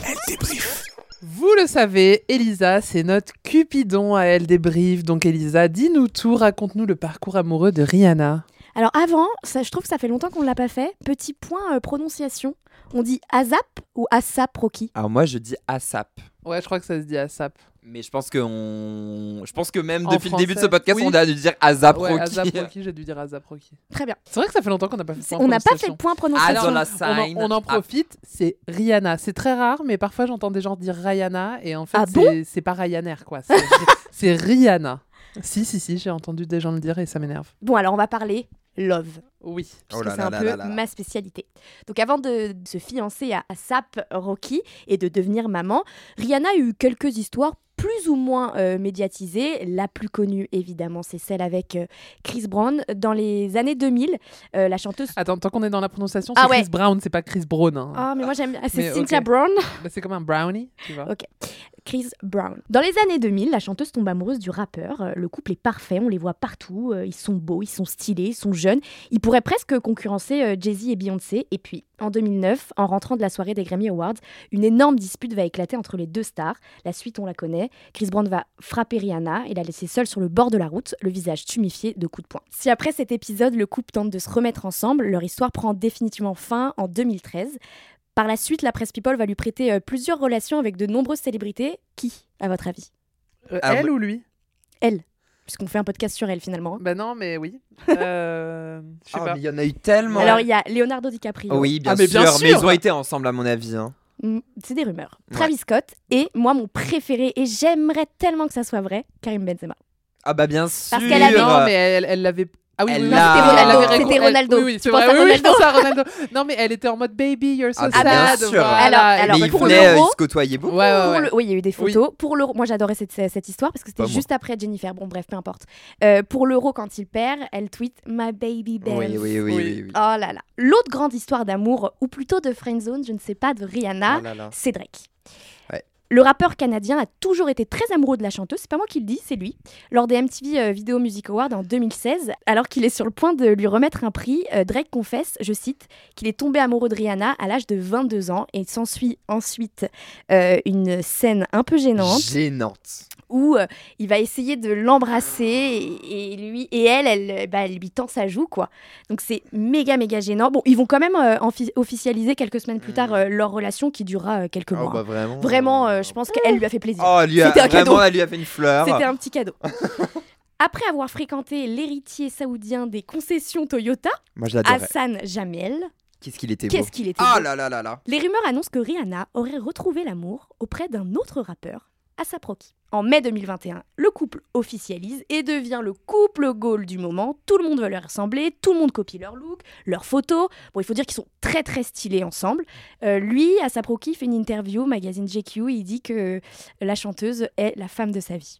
[SPEAKER 4] Elle débrief.
[SPEAKER 5] Vous le savez, Elisa, c'est notre Cupidon à elle débrief. Donc Elisa, dis-nous tout, raconte-nous le parcours amoureux de Rihanna.
[SPEAKER 6] Alors avant, ça, je trouve que ça fait longtemps qu'on ne l'a pas fait. Petit point euh, prononciation. On dit ASAP ou ASAP, Rocky
[SPEAKER 7] Alors moi je dis ASAP.
[SPEAKER 5] Ouais, je crois que ça se dit à SAP.
[SPEAKER 7] Mais je pense que on... je pense que même
[SPEAKER 5] En
[SPEAKER 7] depuis le début de ce
[SPEAKER 5] français,
[SPEAKER 7] podcast,
[SPEAKER 5] oui.
[SPEAKER 7] on a dû dire ASAP
[SPEAKER 5] Ouais,
[SPEAKER 7] Rocky.
[SPEAKER 5] Azaproki, j'ai dû dire Azaproki.
[SPEAKER 6] Très bien.
[SPEAKER 5] C'est vrai que ça fait longtemps qu'on n'a pas fait.
[SPEAKER 6] C'est-
[SPEAKER 5] point
[SPEAKER 6] On n'a pas fait
[SPEAKER 5] prononciation. Ah,
[SPEAKER 6] point prononciation.
[SPEAKER 7] Alors,
[SPEAKER 5] Alors,
[SPEAKER 7] la
[SPEAKER 5] On en,
[SPEAKER 7] sign.
[SPEAKER 5] on en
[SPEAKER 7] Ah,
[SPEAKER 5] profite, c'est Rihanna. C'est très rare, mais parfois j'entends des gens dire Rihanna et en fait
[SPEAKER 6] Ah
[SPEAKER 5] c'est, c'est pas Ryanair quoi. C'est, c'est Rihanna. Si, si, si, j'ai entendu des gens le dire et ça m'énerve.
[SPEAKER 6] Bon, alors on va parler love.
[SPEAKER 5] Oui.
[SPEAKER 7] Oh
[SPEAKER 6] Parce que
[SPEAKER 7] là
[SPEAKER 6] c'est
[SPEAKER 7] là
[SPEAKER 6] un
[SPEAKER 7] là
[SPEAKER 6] peu
[SPEAKER 7] là là.
[SPEAKER 6] ma spécialité. Donc avant de se fiancer à ASAP Rocky et de devenir maman, Rihanna a eu quelques histoires plus ou moins euh, médiatisées. La plus connue, évidemment, c'est celle avec euh, Chris Brown. Dans les années 2000, euh, la chanteuse...
[SPEAKER 5] Attends, tant qu'on est dans la prononciation, c'est
[SPEAKER 6] Ah ouais.
[SPEAKER 5] Chris Brown, c'est pas Chris Brown. hein.
[SPEAKER 6] Ah, mais moi j'aime bien. Ah, C'est
[SPEAKER 5] Mais,
[SPEAKER 6] Cynthia
[SPEAKER 5] ok.
[SPEAKER 6] Brown.
[SPEAKER 5] Bah, c'est comme un brownie, tu vois.
[SPEAKER 6] Ok. Chris Brown. Dans les années 2000, la chanteuse tombe amoureuse du rappeur. Euh, Le couple est parfait, on les voit partout. euh, Ils sont beaux, ils sont stylés, ils sont jeunes. Ils pourraient presque concurrencer euh, Jay-Z et Beyoncé. Et puis, en 2009, en rentrant de la soirée des Grammy Awards, une énorme dispute va éclater entre les deux stars. La suite, on la connaît. Chris Brown va frapper Rihanna et la laisser seule sur le bord de la route, le visage tumifié de coups de poing. Si après cet épisode, le couple tente de se remettre ensemble, leur histoire prend définitivement fin en 2013. Par la suite, la presse People va lui prêter euh, plusieurs relations avec de nombreuses célébrités. Qui, à votre avis
[SPEAKER 5] Euh,
[SPEAKER 7] Ah,
[SPEAKER 5] elle
[SPEAKER 7] bah-
[SPEAKER 5] ou lui
[SPEAKER 6] Puisqu'on fait un podcast sur elle finalement. hein.
[SPEAKER 5] Bah non, mais oui. Euh, je sais
[SPEAKER 7] Ah,
[SPEAKER 5] pas.
[SPEAKER 7] mais il y en a eu tellement.
[SPEAKER 6] Alors il y a Leonardo DiCaprio.
[SPEAKER 7] Oui, bien,
[SPEAKER 5] Ah, mais
[SPEAKER 7] sûr,
[SPEAKER 5] bien
[SPEAKER 7] mais ils
[SPEAKER 5] sûr.
[SPEAKER 7] ont été ensemble à mon avis. hein.
[SPEAKER 6] Mm, C'est des rumeurs.
[SPEAKER 7] Ouais.
[SPEAKER 6] Travis Scott et moi mon préféré et j'aimerais tellement que ça soit vrai, Karim Benzema.
[SPEAKER 7] Ah bah bien sûr.
[SPEAKER 6] Parce qu'elle avait-
[SPEAKER 5] Non, mais elle, elle l'avait. Ah oui,
[SPEAKER 7] Elle
[SPEAKER 5] oui, oui,
[SPEAKER 7] l'a-
[SPEAKER 5] oui,
[SPEAKER 7] C'était
[SPEAKER 5] elle
[SPEAKER 7] Ronaldo,
[SPEAKER 5] avait récon-
[SPEAKER 6] euh, c'était
[SPEAKER 5] elle-
[SPEAKER 6] Ronaldo.
[SPEAKER 5] Oui, oui,
[SPEAKER 6] Tu
[SPEAKER 5] c'est
[SPEAKER 6] penses
[SPEAKER 5] vrai.
[SPEAKER 6] à
[SPEAKER 5] oui, oui, je
[SPEAKER 6] Ronaldo
[SPEAKER 5] pense à Ronaldo. Non, mais elle était en mode baby, you're so
[SPEAKER 7] Ah, bah, bien
[SPEAKER 5] sad.
[SPEAKER 7] sûr.
[SPEAKER 5] voilà.
[SPEAKER 6] Alors,
[SPEAKER 7] Mais
[SPEAKER 6] bah,
[SPEAKER 7] ils
[SPEAKER 6] pour
[SPEAKER 7] venaient, euh,
[SPEAKER 6] l'euro-
[SPEAKER 7] ils se côtoyaient beaucoup.
[SPEAKER 5] Ouais, ouais,
[SPEAKER 6] Pour
[SPEAKER 5] ouais.
[SPEAKER 6] le- Oui, il y a eu des
[SPEAKER 5] Oui.
[SPEAKER 6] photos. Pour l'euro, moi j'adorais cette, cette histoire parce que c'était
[SPEAKER 7] Pas moi.
[SPEAKER 6] juste après Jennifer. Bon, bref, peu importe. Euh, pour l'euro, quand il perd, elle tweet My baby Benz.
[SPEAKER 7] Oui, oui, oui, oui.
[SPEAKER 5] Oui.
[SPEAKER 7] oui.
[SPEAKER 6] Oh là là. L'autre grande histoire d'amour, ou plutôt de friendzone, je ne sais pas, de Rihanna,
[SPEAKER 7] Oh là là.
[SPEAKER 6] c'est Drake.
[SPEAKER 7] Ouais.
[SPEAKER 6] Le rappeur canadien a toujours été très amoureux de la chanteuse, c'est pas moi qui le dis, c'est lui. Lors des MTV euh, Video Music Awards en 2016, alors qu'il est sur le point de lui remettre un prix, euh, Drake confesse, je cite, qu'il est tombé amoureux de Rihanna à l'âge de 22 ans et s'ensuit ensuite euh, une scène un peu gênante
[SPEAKER 7] Gênante.
[SPEAKER 6] où euh, il va essayer de l'embrasser et, et lui et elle, elle, euh, bah, elle lui tend sa joue quoi. Donc c'est méga méga gênant. Bon, ils vont quand même euh, enfi- officialiser quelques semaines plus tard
[SPEAKER 7] Mm.
[SPEAKER 6] euh, leur relation qui durera euh, quelques
[SPEAKER 7] Oh
[SPEAKER 6] mois.
[SPEAKER 7] bah vraiment.
[SPEAKER 6] Vraiment, euh, je pense qu'elle lui a fait plaisir.
[SPEAKER 7] Oh, elle lui a,
[SPEAKER 6] C'était un
[SPEAKER 7] vraiment,
[SPEAKER 6] cadeau.
[SPEAKER 7] elle lui a fait une fleur.
[SPEAKER 6] C'était un petit cadeau. Après avoir fréquenté l'héritier saoudien des concessions Toyota,
[SPEAKER 7] Moi, je l'adorais.
[SPEAKER 6] Hassan Jamel,
[SPEAKER 7] Qu'est-ce qu'il était beau.
[SPEAKER 6] qu'est-ce qu'il était
[SPEAKER 7] Ah
[SPEAKER 6] beau.
[SPEAKER 7] là là là là.
[SPEAKER 6] Les rumeurs annoncent que Rihanna aurait retrouvé l'amour auprès d'un autre rappeur, Asap Rocky. En mai 2021, le couple officialise et devient le couple goal du moment. Tout le monde veut leur ressembler, tout le monde copie leur look, leurs photos. Bon, il faut dire qu'ils sont très très stylés ensemble. Euh, lui, Asap Rocky fait une interview au magazine GQ et il dit que la chanteuse est la femme de sa vie.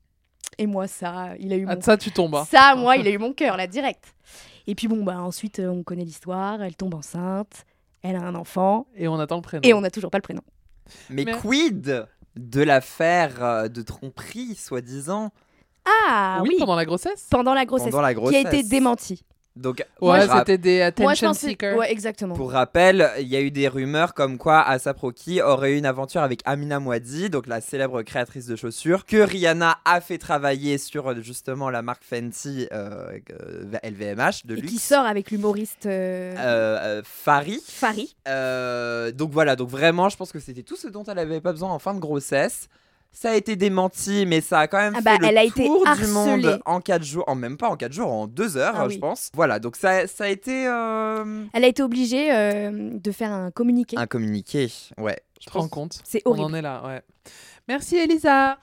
[SPEAKER 6] Et moi, ça, il a eu
[SPEAKER 5] Ah,
[SPEAKER 6] mon
[SPEAKER 5] ça, tu tombes. hein.
[SPEAKER 6] ça, moi, il a eu mon cœur, là, direct. Et puis bon, bah ensuite, euh, on connaît l'histoire, elle tombe enceinte, elle a un enfant,
[SPEAKER 5] Et on attend le prénom.
[SPEAKER 6] et on n'a toujours pas le prénom.
[SPEAKER 7] Mais,
[SPEAKER 5] Mais-
[SPEAKER 7] quid de l'affaire euh, de tromperie, soi-disant,
[SPEAKER 6] Ah oui,
[SPEAKER 5] oui, pendant la grossesse.
[SPEAKER 6] pendant la grossesse,
[SPEAKER 7] pendant la
[SPEAKER 6] qui
[SPEAKER 7] grossesse
[SPEAKER 6] a été démentie.
[SPEAKER 7] Donc,
[SPEAKER 5] Ouais,
[SPEAKER 7] je rapp-
[SPEAKER 5] c'était des
[SPEAKER 6] Moi, je
[SPEAKER 5] attention
[SPEAKER 6] pense que-
[SPEAKER 5] seekers.
[SPEAKER 6] Ouais, exactement.
[SPEAKER 7] Pour rappel, il y a eu des rumeurs comme quoi Asap Rocky aurait eu une aventure avec Amina Moadi, donc la célèbre créatrice de chaussures, que Rihanna a fait travailler sur euh, justement la marque Fenty euh, euh, LVMH de
[SPEAKER 6] Et
[SPEAKER 7] luxe.
[SPEAKER 6] qui sort avec l'humoriste euh,
[SPEAKER 7] Euh, euh, Fari.
[SPEAKER 6] Fari.
[SPEAKER 7] Euh, donc voilà, donc vraiment, je pense que c'était tout ce dont elle avait pas besoin en fin de grossesse. Ça a été démenti, mais ça a quand même
[SPEAKER 6] Ah bah,
[SPEAKER 7] fait le
[SPEAKER 6] elle a été
[SPEAKER 7] tour du
[SPEAKER 6] harcelée.
[SPEAKER 7] monde en 4 jours, en même pas en 4 jours, en 2 heures,
[SPEAKER 6] Ah
[SPEAKER 7] euh,
[SPEAKER 6] oui.
[SPEAKER 7] je pense. Voilà, donc ça, ça a été euh,
[SPEAKER 6] Elle a été obligée euh, de faire un communiqué.
[SPEAKER 7] un communiqué. Ouais,
[SPEAKER 5] Je te rends compte.
[SPEAKER 6] C'est
[SPEAKER 5] On
[SPEAKER 6] horrible.
[SPEAKER 5] en est là, ouais. Merci Elisa.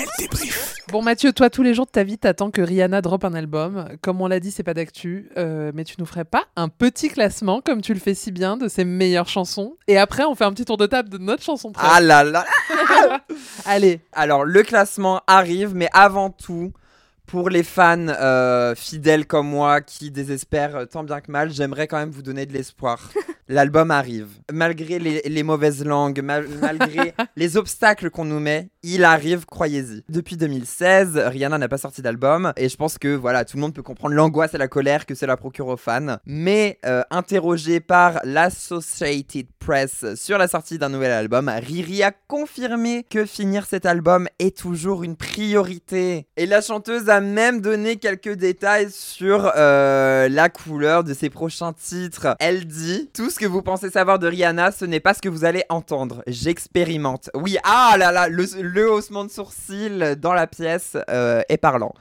[SPEAKER 4] Elle débrief.
[SPEAKER 5] Bon Mathieu, toi tous les jours de ta vie, t'attends que Rihanna drop un album. Comme on l'a dit, c'est pas d'actu, euh, mais tu nous ferais pas un petit classement comme tu le fais si bien de ses meilleures chansons. Et après, on fait un petit tour de table de notre chanson. préférée.
[SPEAKER 7] Ah là là Ah,
[SPEAKER 5] Allez,
[SPEAKER 7] Alors, le classement arrive, mais avant tout, pour les fans euh, fidèles comme moi qui désespèrent euh, tant bien que mal, j'aimerais quand même vous donner de l'espoir. L'album arrive. Malgré les, les mauvaises langues, mal- malgré les obstacles qu'on nous met, il arrive, croyez-y. Depuis 2016, Rihanna n'a pas sorti d'album et je pense que voilà, tout le monde peut comprendre l'angoisse et la colère que cela procure aux fans. Mais euh, interrogée par l'Associated Press sur la sortie d'un nouvel album, Riri a confirmé que finir cet album est toujours une priorité. Et la chanteuse a même donné quelques détails sur euh, la couleur de ses prochains titres. Elle dit Tout ce que vous pensez savoir de Rihanna, ce n'est pas ce que vous allez entendre. J'expérimente. Oui, ah là là, le, le haussement de sourcil dans la pièce euh, est parlant.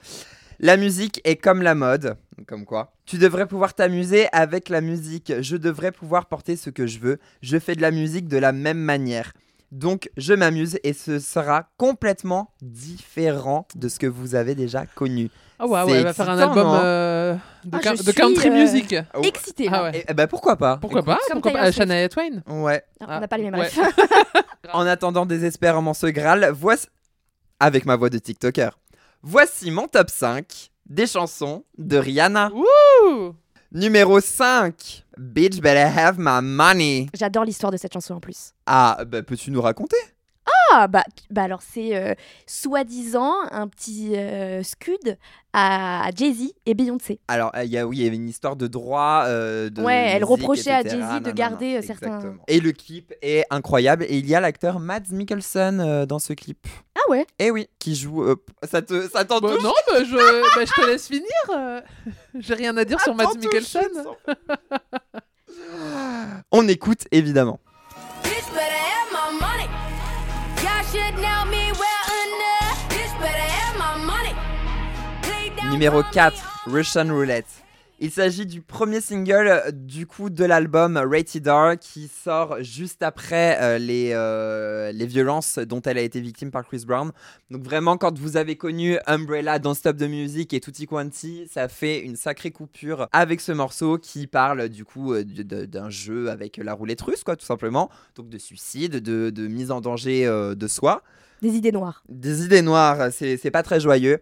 [SPEAKER 7] La musique est comme la mode, comme quoi. Tu devrais pouvoir t'amuser avec la musique. Je devrais pouvoir porter ce que je veux. Je fais de la musique de la même manière. Donc, je m'amuse et ce sera complètement différent de ce que vous avez déjà connu.
[SPEAKER 5] ah ouais,
[SPEAKER 7] C'est
[SPEAKER 5] ouais, elle va faire un
[SPEAKER 7] excitant,
[SPEAKER 5] album
[SPEAKER 7] non
[SPEAKER 5] euh, de,
[SPEAKER 6] Ah,
[SPEAKER 5] coun-
[SPEAKER 6] je
[SPEAKER 5] de
[SPEAKER 6] suis,
[SPEAKER 5] country
[SPEAKER 6] euh,
[SPEAKER 5] music.
[SPEAKER 6] Excitée.
[SPEAKER 5] Ah
[SPEAKER 6] là.
[SPEAKER 5] ouais.
[SPEAKER 7] Eh ben, pourquoi pas
[SPEAKER 5] Pourquoi
[SPEAKER 7] Écoute,
[SPEAKER 5] pas
[SPEAKER 6] Comme
[SPEAKER 5] Pourquoi
[SPEAKER 6] Taylor
[SPEAKER 5] pas euh,
[SPEAKER 6] Swift.
[SPEAKER 5] Shania Twain.
[SPEAKER 7] Ouais.
[SPEAKER 6] Non,
[SPEAKER 5] Ah,
[SPEAKER 6] on n'a pas les mêmes
[SPEAKER 5] ouais.
[SPEAKER 6] rêves.
[SPEAKER 7] En attendant désespérément ce Graal, voici. Avec ma voix de TikToker. Voici mon top 5 des chansons de Rihanna.
[SPEAKER 5] Ouh.
[SPEAKER 7] Numéro 5. Bitch better have my money.
[SPEAKER 6] J'adore l'histoire de cette chanson en plus.
[SPEAKER 7] Ah, bah, peux-tu nous raconter
[SPEAKER 6] Ah bah, bah alors c'est euh, soi-disant un petit euh, scud à Jay-Z et Beyoncé.
[SPEAKER 7] Alors, il y a, oui, il y avait une histoire de droit. euh, de
[SPEAKER 6] Ouais, elle
[SPEAKER 7] musique,
[SPEAKER 6] reprochait à
[SPEAKER 7] etc.
[SPEAKER 6] Jay-Z
[SPEAKER 7] Nan,
[SPEAKER 6] de
[SPEAKER 7] nan,
[SPEAKER 6] garder,
[SPEAKER 7] nan,
[SPEAKER 6] euh, certains-
[SPEAKER 7] exactement. Et le clip est incroyable. Et il y a l'acteur Mads Mikkelsen euh, dans ce clip.
[SPEAKER 6] Ah ouais
[SPEAKER 7] Eh oui, qui joue. euh, ça te, ça t'en
[SPEAKER 5] Bon,
[SPEAKER 7] touche
[SPEAKER 5] non, bah, je, bah, je te laisse finir. euh. J'ai rien à dire sur
[SPEAKER 7] T'en
[SPEAKER 5] Matt
[SPEAKER 7] touche,
[SPEAKER 5] Mikkelsen.
[SPEAKER 7] je sens. On écoute évidemment.
[SPEAKER 8] Bitch better have my money. Y'all should know me well enough. Bitch better have my money. Play down
[SPEAKER 7] Numéro
[SPEAKER 8] for me
[SPEAKER 7] 4, Russian Roulette. Il s'agit du premier single euh, du coup de l'album Rated R qui sort juste après euh, les, euh, les violences dont elle a été victime par Chris Brown. Donc vraiment quand vous avez connu Umbrella dans Stop the Music et Tutti Quanti, ça fait une sacrée coupure avec ce morceau qui parle du coup euh, d- d- d'un jeu avec la roulette russe quoi tout simplement, donc de suicide, de, de mise en danger euh, de soi
[SPEAKER 6] Des idées noires.
[SPEAKER 7] des idées noires, c'est c'est pas très joyeux.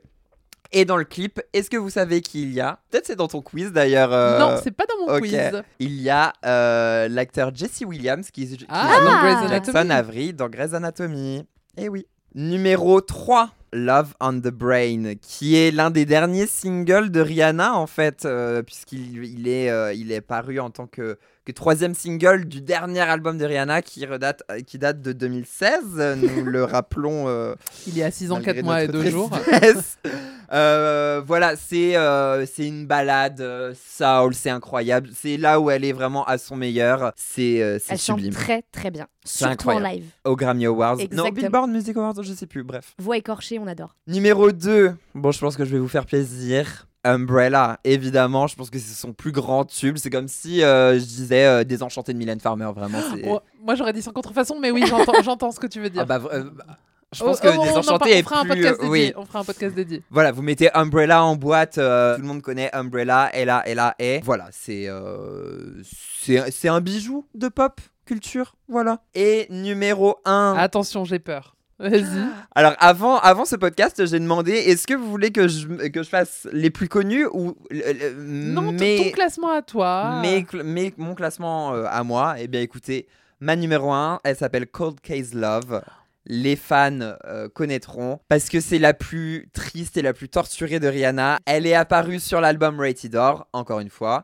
[SPEAKER 7] Et dans le clip, est-ce que vous savez qui il y a Peut-être c'est dans ton quiz d'ailleurs. euh,
[SPEAKER 5] Non, c'est pas dans mon
[SPEAKER 7] ok.
[SPEAKER 5] quiz.
[SPEAKER 7] Il y a euh, l'acteur Jesse Williams qui, qui
[SPEAKER 5] Ah,
[SPEAKER 7] joue
[SPEAKER 5] dans
[SPEAKER 6] Ah.
[SPEAKER 5] Grey's
[SPEAKER 7] Jackson
[SPEAKER 5] Anatomy.
[SPEAKER 7] Avery dans Grey's Anatomy. Eh oui. Numéro 3, Love on the Brain, qui est l'un des derniers singles de Rihanna en fait, euh, puisqu'il il est, euh, il est paru en tant que, que troisième single du dernier album de Rihanna qui, redate, euh, qui date de 2016, euh, nous le rappelons. euh,
[SPEAKER 5] Il est à 6 ans,
[SPEAKER 7] Malgré
[SPEAKER 5] 4 mois et
[SPEAKER 7] notre
[SPEAKER 5] 2 jours.
[SPEAKER 7] tristesse. Euh, voilà, c'est euh, c'est une balade euh, soul, c'est incroyable. C'est là où elle est vraiment à son meilleur. C'est euh, c'est
[SPEAKER 6] Elle chante
[SPEAKER 7] sublime.
[SPEAKER 6] très très bien.
[SPEAKER 7] C'est
[SPEAKER 6] Surtout
[SPEAKER 7] incroyable.
[SPEAKER 6] en live.
[SPEAKER 7] Au Grammy Awards. Non,
[SPEAKER 6] Exactement.
[SPEAKER 7] Billboard Music Awards, je sais plus, bref.
[SPEAKER 6] Voix écorchée, on adore.
[SPEAKER 7] Numéro 2. Bon, je pense que je vais vous faire plaisir. Umbrella, évidemment, je pense que c'est son plus grand tube. C'est comme si euh, je disais euh, Désenchanté de Mylène Farmer, vraiment. c'est-
[SPEAKER 5] Oh, moi, j'aurais dit sans contrefaçon, mais oui, j'entends- j'entends ce que tu veux dire.
[SPEAKER 7] Ah bah, euh, je
[SPEAKER 5] Oh,
[SPEAKER 7] pense
[SPEAKER 5] oh,
[SPEAKER 7] que
[SPEAKER 5] on en par-
[SPEAKER 7] Désenchanté
[SPEAKER 5] on
[SPEAKER 7] est
[SPEAKER 5] fera un
[SPEAKER 7] plus.
[SPEAKER 5] podcast dédié,
[SPEAKER 7] oui,
[SPEAKER 5] On fera un podcast dédié.
[SPEAKER 7] Voilà, vous mettez Umbrella en boîte, euh, tout le monde connaît Umbrella, et là, et là, et voilà, c'est euh, c'est c'est un bijou de pop culture, voilà. Et numéro 1.
[SPEAKER 5] Attention, j'ai peur. Vas-y.
[SPEAKER 7] Alors avant avant ce podcast, j'ai demandé est-ce que vous voulez que je que je fasse les plus connus ou euh, le- le-
[SPEAKER 5] Non, ton-
[SPEAKER 7] mes-
[SPEAKER 5] ton classement à toi.
[SPEAKER 7] mes cl- mes- mon classement euh, à moi Eh bien écoutez, ma numéro 1, elle s'appelle Cold Case Love les fans euh, connaîtront parce que c'est la plus triste et la plus torturée de Rihanna. Elle est apparue sur l'album Rated Or, encore une fois,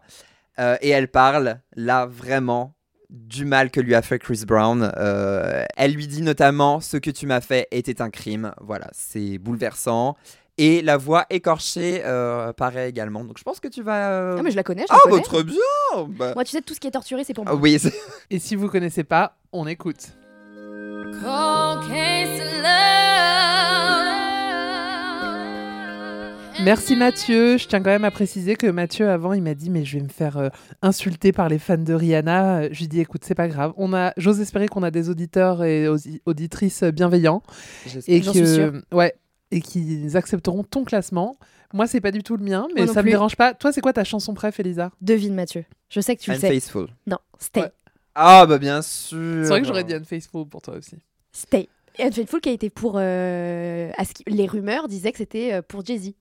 [SPEAKER 7] euh, et elle parle là vraiment du mal que lui a fait Chris Brown. Euh, elle lui dit notamment ce que tu m'as fait était un crime. Voilà, c'est bouleversant. Et la voix écorchée euh, paraît également. Donc je pense que tu vas. euh,
[SPEAKER 6] Ah, mais je la connais, je
[SPEAKER 7] Ah,
[SPEAKER 6] la
[SPEAKER 7] bah,
[SPEAKER 6] connais.
[SPEAKER 7] trop bien bah.
[SPEAKER 6] Moi, tu sais, tout ce qui est torturé, c'est pour
[SPEAKER 7] Ah
[SPEAKER 6] moi.
[SPEAKER 7] Oui, c'est-
[SPEAKER 5] Et si vous connaissez pas, on écoute.
[SPEAKER 8] Cold case of love.
[SPEAKER 5] Merci Mathieu. Je tiens quand même à préciser que Mathieu, avant, il m'a dit Mais je vais me faire euh, insulter par les fans de Rihanna. Euh, Je lui ai dit Écoute, c'est pas grave. On a, J'ose espérer qu'on a des auditeurs et ausi- auditrices euh, bienveillants.
[SPEAKER 7] J'espère.
[SPEAKER 5] Et
[SPEAKER 7] J'en suis sûre.
[SPEAKER 5] que, ouais, et qu'ils accepteront ton classement. Moi, c'est pas du tout le mien, mais
[SPEAKER 6] Moi non
[SPEAKER 5] ça me
[SPEAKER 6] plus.
[SPEAKER 5] dérange pas. Toi, c'est quoi ta chanson préf, Elisa
[SPEAKER 6] Devine, Mathieu. Je sais que tu le sais.
[SPEAKER 7] Unfaithful.
[SPEAKER 6] Non, stay.
[SPEAKER 7] Ah, bah bien sûr
[SPEAKER 5] C'est vrai que j'aurais dit Unfaithful pour toi aussi.
[SPEAKER 6] Stay. Et Unfaithful qui a été pour. euh, à ce qui- Les rumeurs disaient que c'était euh, pour Jay-Z.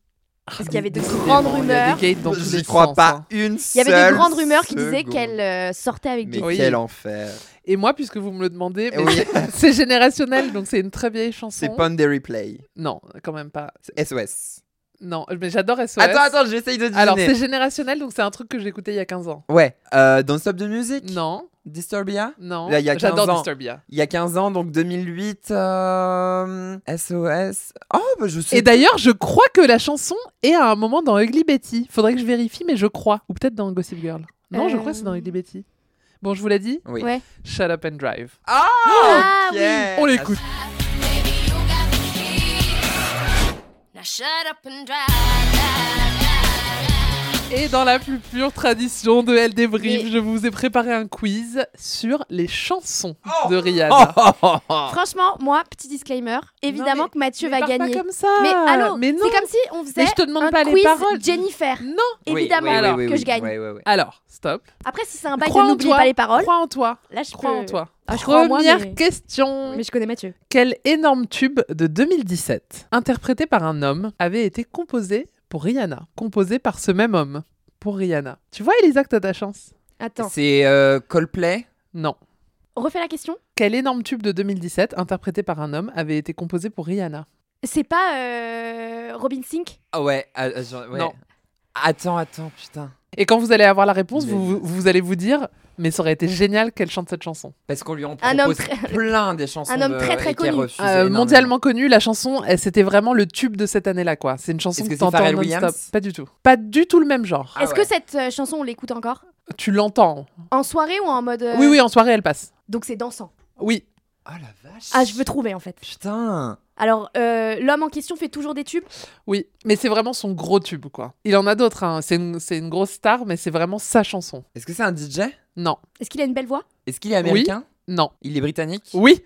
[SPEAKER 6] Parce qu'il y avait de grandes
[SPEAKER 5] Il y a
[SPEAKER 6] rumeurs.
[SPEAKER 5] des gates dans tous
[SPEAKER 7] J'y
[SPEAKER 5] les
[SPEAKER 7] crois
[SPEAKER 5] sens,
[SPEAKER 7] pas
[SPEAKER 5] hein.
[SPEAKER 7] une
[SPEAKER 6] Il y avait
[SPEAKER 7] seule
[SPEAKER 6] de grandes rumeurs qui disaient
[SPEAKER 7] seconde.
[SPEAKER 6] qu'elle euh, sortait avec
[SPEAKER 7] Mais
[SPEAKER 6] Jay-Z.
[SPEAKER 5] Oui.
[SPEAKER 7] quel enfer
[SPEAKER 5] Et moi, puisque vous me le demandez, mais
[SPEAKER 7] Eh Oui.
[SPEAKER 5] c'est- c'est générationnel, donc c'est une très vieille chanson.
[SPEAKER 7] C'est Pond des replays.
[SPEAKER 5] Non, quand même pas.
[SPEAKER 7] C'est SOS.
[SPEAKER 5] Non, mais j'adore SOS.
[SPEAKER 7] Attends, attends, j'essaye de deviner.
[SPEAKER 5] Alors, c'est générationnel, donc c'est un truc que j'écoutais il y a 15 ans.
[SPEAKER 7] Ouais, euh, Don't Stop the Music
[SPEAKER 5] Non,
[SPEAKER 7] Disturbia
[SPEAKER 5] non.
[SPEAKER 7] Là, il y a 15
[SPEAKER 5] J'adore
[SPEAKER 7] ans.
[SPEAKER 5] Disturbia.
[SPEAKER 7] Il y a 15 ans, donc 2008, euh, SOS. Oh, bah je sais.
[SPEAKER 5] Et d'ailleurs, je crois que la chanson est à un moment dans Ugly Betty. Faudrait que je vérifie, mais je crois. Ou peut-être dans Gossip Girl. Non, je
[SPEAKER 6] Euh.
[SPEAKER 5] crois que c'est dans Ugly Betty. Bon, je vous l'ai dit.
[SPEAKER 7] Oui.
[SPEAKER 6] Ouais.
[SPEAKER 5] Shut up and drive.
[SPEAKER 7] Ah,
[SPEAKER 6] Ah,
[SPEAKER 7] ok.
[SPEAKER 6] oui.
[SPEAKER 5] On l'écoute.
[SPEAKER 8] Baby, you got the key. Now shut up and drive, drive, drive, drive.
[SPEAKER 5] Et dans la plus pure tradition de Elle Débrief,
[SPEAKER 6] Mais-
[SPEAKER 5] je vous ai préparé un quiz sur les chansons de
[SPEAKER 7] Oh,
[SPEAKER 5] Rihanna.
[SPEAKER 7] oh, oh, oh.
[SPEAKER 6] Franchement, moi, petit disclaimer. Évidemment
[SPEAKER 5] Non, mais-
[SPEAKER 6] que Mathieu
[SPEAKER 5] Mais
[SPEAKER 6] va
[SPEAKER 5] parle
[SPEAKER 6] gagner.
[SPEAKER 5] Pas comme ça.
[SPEAKER 6] Mais allô,
[SPEAKER 5] Mais non.
[SPEAKER 6] c'est comme si on faisait
[SPEAKER 5] Mais je te demande
[SPEAKER 6] un
[SPEAKER 5] pas les
[SPEAKER 6] quiz
[SPEAKER 5] paroles.
[SPEAKER 6] Jennifer.
[SPEAKER 5] Non.
[SPEAKER 7] Oui,
[SPEAKER 6] Évidemment
[SPEAKER 7] oui, oui,
[SPEAKER 6] alors,
[SPEAKER 7] oui,
[SPEAKER 6] que
[SPEAKER 7] oui,
[SPEAKER 6] je gagne.
[SPEAKER 7] oui, oui, oui.
[SPEAKER 5] Alors, stop.
[SPEAKER 6] Après, si c'est un bail de
[SPEAKER 5] Crois en
[SPEAKER 6] n'oubliez
[SPEAKER 5] toi.
[SPEAKER 6] pas les paroles,
[SPEAKER 5] Crois en toi.
[SPEAKER 6] là, je
[SPEAKER 5] Crois
[SPEAKER 6] peux-
[SPEAKER 5] en toi.
[SPEAKER 6] Ah, je crois en
[SPEAKER 5] Première
[SPEAKER 6] moi, mais-
[SPEAKER 5] question.
[SPEAKER 6] Mais je connais Mathieu.
[SPEAKER 5] Quel énorme tube de 2017, interprété par un homme, avait été composé pour Rihanna Composé par ce même homme, pour Rihanna. Tu vois, Elisa, que t'as ta chance
[SPEAKER 6] Attends,
[SPEAKER 7] C'est euh, Coldplay
[SPEAKER 5] Non.
[SPEAKER 6] refais la question.
[SPEAKER 5] Quel énorme tube de 2017, interprété par un homme, avait été composé pour Rihanna
[SPEAKER 6] C'est pas euh, Robin Sink
[SPEAKER 7] Ah ouais, euh, genre- ouais.
[SPEAKER 5] Non.
[SPEAKER 7] Attends, attends, putain.
[SPEAKER 5] Et quand vous allez avoir la réponse,
[SPEAKER 7] Mais-
[SPEAKER 5] vous, vous- vous allez vous dire Mais ça aurait été génial qu'elle chante cette chanson.
[SPEAKER 7] Parce qu'on lui en
[SPEAKER 6] Un homme
[SPEAKER 7] propose plein des chansons.
[SPEAKER 6] un homme
[SPEAKER 7] de-
[SPEAKER 6] très, très
[SPEAKER 7] et qu'elle
[SPEAKER 6] connu.
[SPEAKER 7] refuse
[SPEAKER 5] Euh,
[SPEAKER 7] énormément.
[SPEAKER 5] mondialement connue, la chanson, elle, c'était vraiment le tube de cette année-là, quoi. C'est une chanson
[SPEAKER 7] Est-ce
[SPEAKER 5] que,
[SPEAKER 7] que c'est
[SPEAKER 5] t'entends
[SPEAKER 7] Pharrell
[SPEAKER 5] non-stop.
[SPEAKER 7] Williams
[SPEAKER 5] Pas du tout. Pas du tout le même genre.
[SPEAKER 7] Ah
[SPEAKER 6] Est-ce
[SPEAKER 7] ouais.
[SPEAKER 6] que cette euh, chanson, on l'écoute encore
[SPEAKER 5] Tu l'entends.
[SPEAKER 6] En soirée ou en mode. euh,
[SPEAKER 5] Oui, oui, en soirée, elle passe.
[SPEAKER 6] Donc c'est dansant.
[SPEAKER 5] Oui.
[SPEAKER 7] Oh la vache.
[SPEAKER 6] Ah, je veux trouver en fait.
[SPEAKER 7] Putain.
[SPEAKER 6] Alors, euh, l'homme en question fait toujours des tubes.
[SPEAKER 5] Oui, mais c'est vraiment son gros tube, quoi. Il en a d'autres, hein. c'est une, c'est une grosse star, mais c'est vraiment sa chanson.
[SPEAKER 7] Est-ce que c'est un DJ
[SPEAKER 5] Non,
[SPEAKER 6] Est-ce qu'il a une belle voix
[SPEAKER 7] Est-ce qu'il est américain
[SPEAKER 5] non,
[SPEAKER 7] Il est britannique
[SPEAKER 5] oui,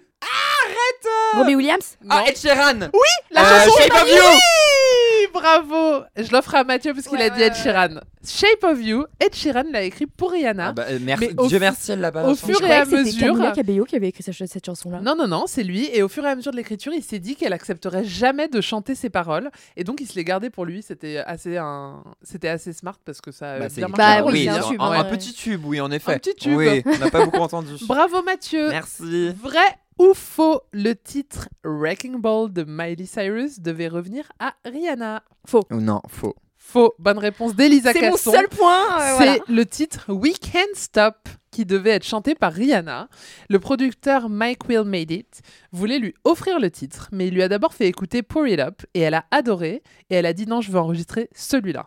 [SPEAKER 6] Robbie Williams
[SPEAKER 5] non.
[SPEAKER 7] Ah, Ed Sheeran
[SPEAKER 5] la
[SPEAKER 7] Euh,
[SPEAKER 5] chanson
[SPEAKER 7] Shape of You
[SPEAKER 5] Oui, bravo Je l'offre à Mathieu parce qu'il
[SPEAKER 8] Ouais,
[SPEAKER 5] a dit
[SPEAKER 8] ouais,
[SPEAKER 5] Ed Sheeran. Shape of You, Ed Sheeran l'a écrit pour Rihanna.
[SPEAKER 7] Ah bah, euh, merci-
[SPEAKER 5] Mais au
[SPEAKER 7] Dieu
[SPEAKER 5] fu-
[SPEAKER 7] merci, elle l'a pas
[SPEAKER 5] au
[SPEAKER 7] la chanson.
[SPEAKER 5] fur
[SPEAKER 6] Je
[SPEAKER 5] et
[SPEAKER 6] croyais
[SPEAKER 5] à
[SPEAKER 6] que c'était
[SPEAKER 5] mesure-
[SPEAKER 6] Camila Cabello qui avait écrit ce- cette chanson-là.
[SPEAKER 5] Non, non, non, c'est lui. Et au fur et à mesure de l'écriture, il s'est dit qu'elle accepterait jamais de chanter ses paroles. Et donc, il se les gardait pour lui. C'était assez, un... c'était assez smart parce que ça a
[SPEAKER 7] Bah, c'est
[SPEAKER 5] bien
[SPEAKER 6] Bah
[SPEAKER 5] marché pour
[SPEAKER 6] oui,
[SPEAKER 5] lui,
[SPEAKER 6] c'est un
[SPEAKER 5] hein.
[SPEAKER 6] tube,
[SPEAKER 7] un,
[SPEAKER 6] hein,
[SPEAKER 7] un
[SPEAKER 6] ouais.
[SPEAKER 7] petit tube, oui, en effet.
[SPEAKER 5] Un petit tube.
[SPEAKER 7] Oui, on n'a pas beaucoup entendu.
[SPEAKER 5] Bravo Mathieu
[SPEAKER 7] Merci.
[SPEAKER 5] Vrai ou faux, le titre Wrecking Ball de Miley Cyrus devait revenir à Rihanna. Faux.
[SPEAKER 7] Ou non, faux.
[SPEAKER 5] Faux. Bonne réponse d'Elisa
[SPEAKER 6] C'est mon
[SPEAKER 5] Casson.
[SPEAKER 6] seul point. euh, voilà.
[SPEAKER 5] C'est le titre We Can't Stop qui devait être chanté par Rihanna. Le producteur Mike Will Made It voulait lui offrir le titre, mais il lui a d'abord fait écouter Pour It Up et elle a adoré et elle a dit non, je veux enregistrer celui-là.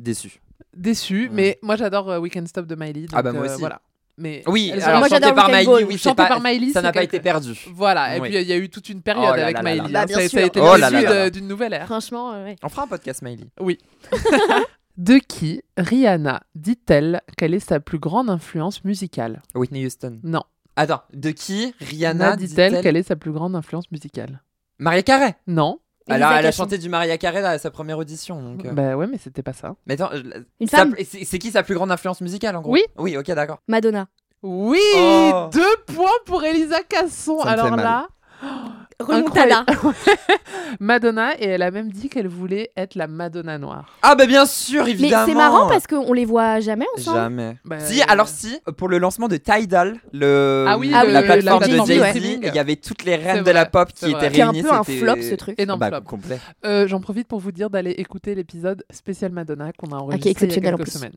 [SPEAKER 7] Déçu.
[SPEAKER 5] Déçue,
[SPEAKER 7] Ouais.
[SPEAKER 5] mais moi j'adore euh, We Can't Stop de Miley. donc,
[SPEAKER 7] Ah bah moi
[SPEAKER 5] euh,
[SPEAKER 7] aussi.
[SPEAKER 5] voilà. Mais
[SPEAKER 7] Oui,
[SPEAKER 5] elles ont-
[SPEAKER 7] alors
[SPEAKER 6] Moi,
[SPEAKER 7] chanté
[SPEAKER 6] j'adore
[SPEAKER 7] par
[SPEAKER 6] Rock and
[SPEAKER 7] Miley,
[SPEAKER 6] Ball.
[SPEAKER 7] oui, c'est
[SPEAKER 5] chanté
[SPEAKER 7] pas-
[SPEAKER 5] par Miley,
[SPEAKER 7] ça n'a
[SPEAKER 5] c'est
[SPEAKER 7] pas
[SPEAKER 5] quelque-
[SPEAKER 7] été perdu.
[SPEAKER 5] Voilà, et
[SPEAKER 7] Oui.
[SPEAKER 5] puis il y a eu toute une
[SPEAKER 7] Oh
[SPEAKER 5] période
[SPEAKER 7] là là
[SPEAKER 5] avec
[SPEAKER 7] là
[SPEAKER 5] Miley.
[SPEAKER 7] là.
[SPEAKER 5] hein.
[SPEAKER 6] Bah, bien
[SPEAKER 5] ça, a- ça a
[SPEAKER 6] sûr.
[SPEAKER 5] été
[SPEAKER 7] Oh
[SPEAKER 5] le
[SPEAKER 7] là là
[SPEAKER 5] début
[SPEAKER 7] là
[SPEAKER 5] de-
[SPEAKER 7] là.
[SPEAKER 5] d'une nouvelle ère.
[SPEAKER 6] Franchement, euh, ouais.
[SPEAKER 7] On fera un podcast, Miley.
[SPEAKER 5] De qui Rihanna dit-elle quelle est sa plus grande influence musicale
[SPEAKER 7] Whitney Houston.
[SPEAKER 5] Non.
[SPEAKER 7] Attends, de qui
[SPEAKER 5] Rihanna
[SPEAKER 7] Rihanna
[SPEAKER 5] dit-elle
[SPEAKER 7] dit-elle
[SPEAKER 5] quelle est sa plus grande influence musicale
[SPEAKER 7] Maria Carey.
[SPEAKER 5] Non.
[SPEAKER 7] Alors,
[SPEAKER 6] Elisa
[SPEAKER 7] elle a
[SPEAKER 6] Casson.
[SPEAKER 7] chanté du Maria Carey à sa première audition. Donc, euh.
[SPEAKER 5] Bah ouais, mais c'était pas ça.
[SPEAKER 7] Mais attends, je-
[SPEAKER 6] Une
[SPEAKER 7] sa-
[SPEAKER 6] femme.
[SPEAKER 7] c'est c'est qui sa plus grande influence musicale en gros
[SPEAKER 5] Oui.
[SPEAKER 7] Oui, ok, d'accord.
[SPEAKER 6] Madonna.
[SPEAKER 5] Oui
[SPEAKER 7] Oh.
[SPEAKER 5] Deux points pour Elisa Casson.
[SPEAKER 7] Ça me fait
[SPEAKER 5] Alors
[SPEAKER 7] mal.
[SPEAKER 5] là,
[SPEAKER 6] Remontada.
[SPEAKER 5] Madonna, et elle a même dit qu'elle voulait être la Madonna noire.
[SPEAKER 7] Ah bah bien sûr, évidemment.
[SPEAKER 6] Mais c'est marrant parce qu'on les voit jamais ensemble.
[SPEAKER 7] Jamais.
[SPEAKER 5] Bah,
[SPEAKER 7] si,
[SPEAKER 5] euh,
[SPEAKER 7] alors si, pour le lancement de Tidal, le,
[SPEAKER 5] Ah oui,
[SPEAKER 7] la,
[SPEAKER 5] le-
[SPEAKER 7] plateforme
[SPEAKER 5] la
[SPEAKER 7] de
[SPEAKER 5] plateforme de
[SPEAKER 7] Jay-Z,
[SPEAKER 5] streaming.
[SPEAKER 7] il y avait toutes les
[SPEAKER 5] C'est
[SPEAKER 7] reines de
[SPEAKER 5] vrai,
[SPEAKER 7] la pop
[SPEAKER 5] c'est
[SPEAKER 7] qui
[SPEAKER 5] vrai.
[SPEAKER 7] étaient
[SPEAKER 6] Qui est un
[SPEAKER 7] réunies.
[SPEAKER 6] peu un
[SPEAKER 7] c'était-
[SPEAKER 6] flop, ce truc.
[SPEAKER 5] Énorme
[SPEAKER 7] bah,
[SPEAKER 5] flop.
[SPEAKER 7] complet.
[SPEAKER 5] Euh, J'en profite pour vous dire d'aller écouter l'épisode spécial Madonna qu'on a enregistré il y a
[SPEAKER 6] exceptionnel en
[SPEAKER 5] quelques
[SPEAKER 6] plus.
[SPEAKER 5] semaines.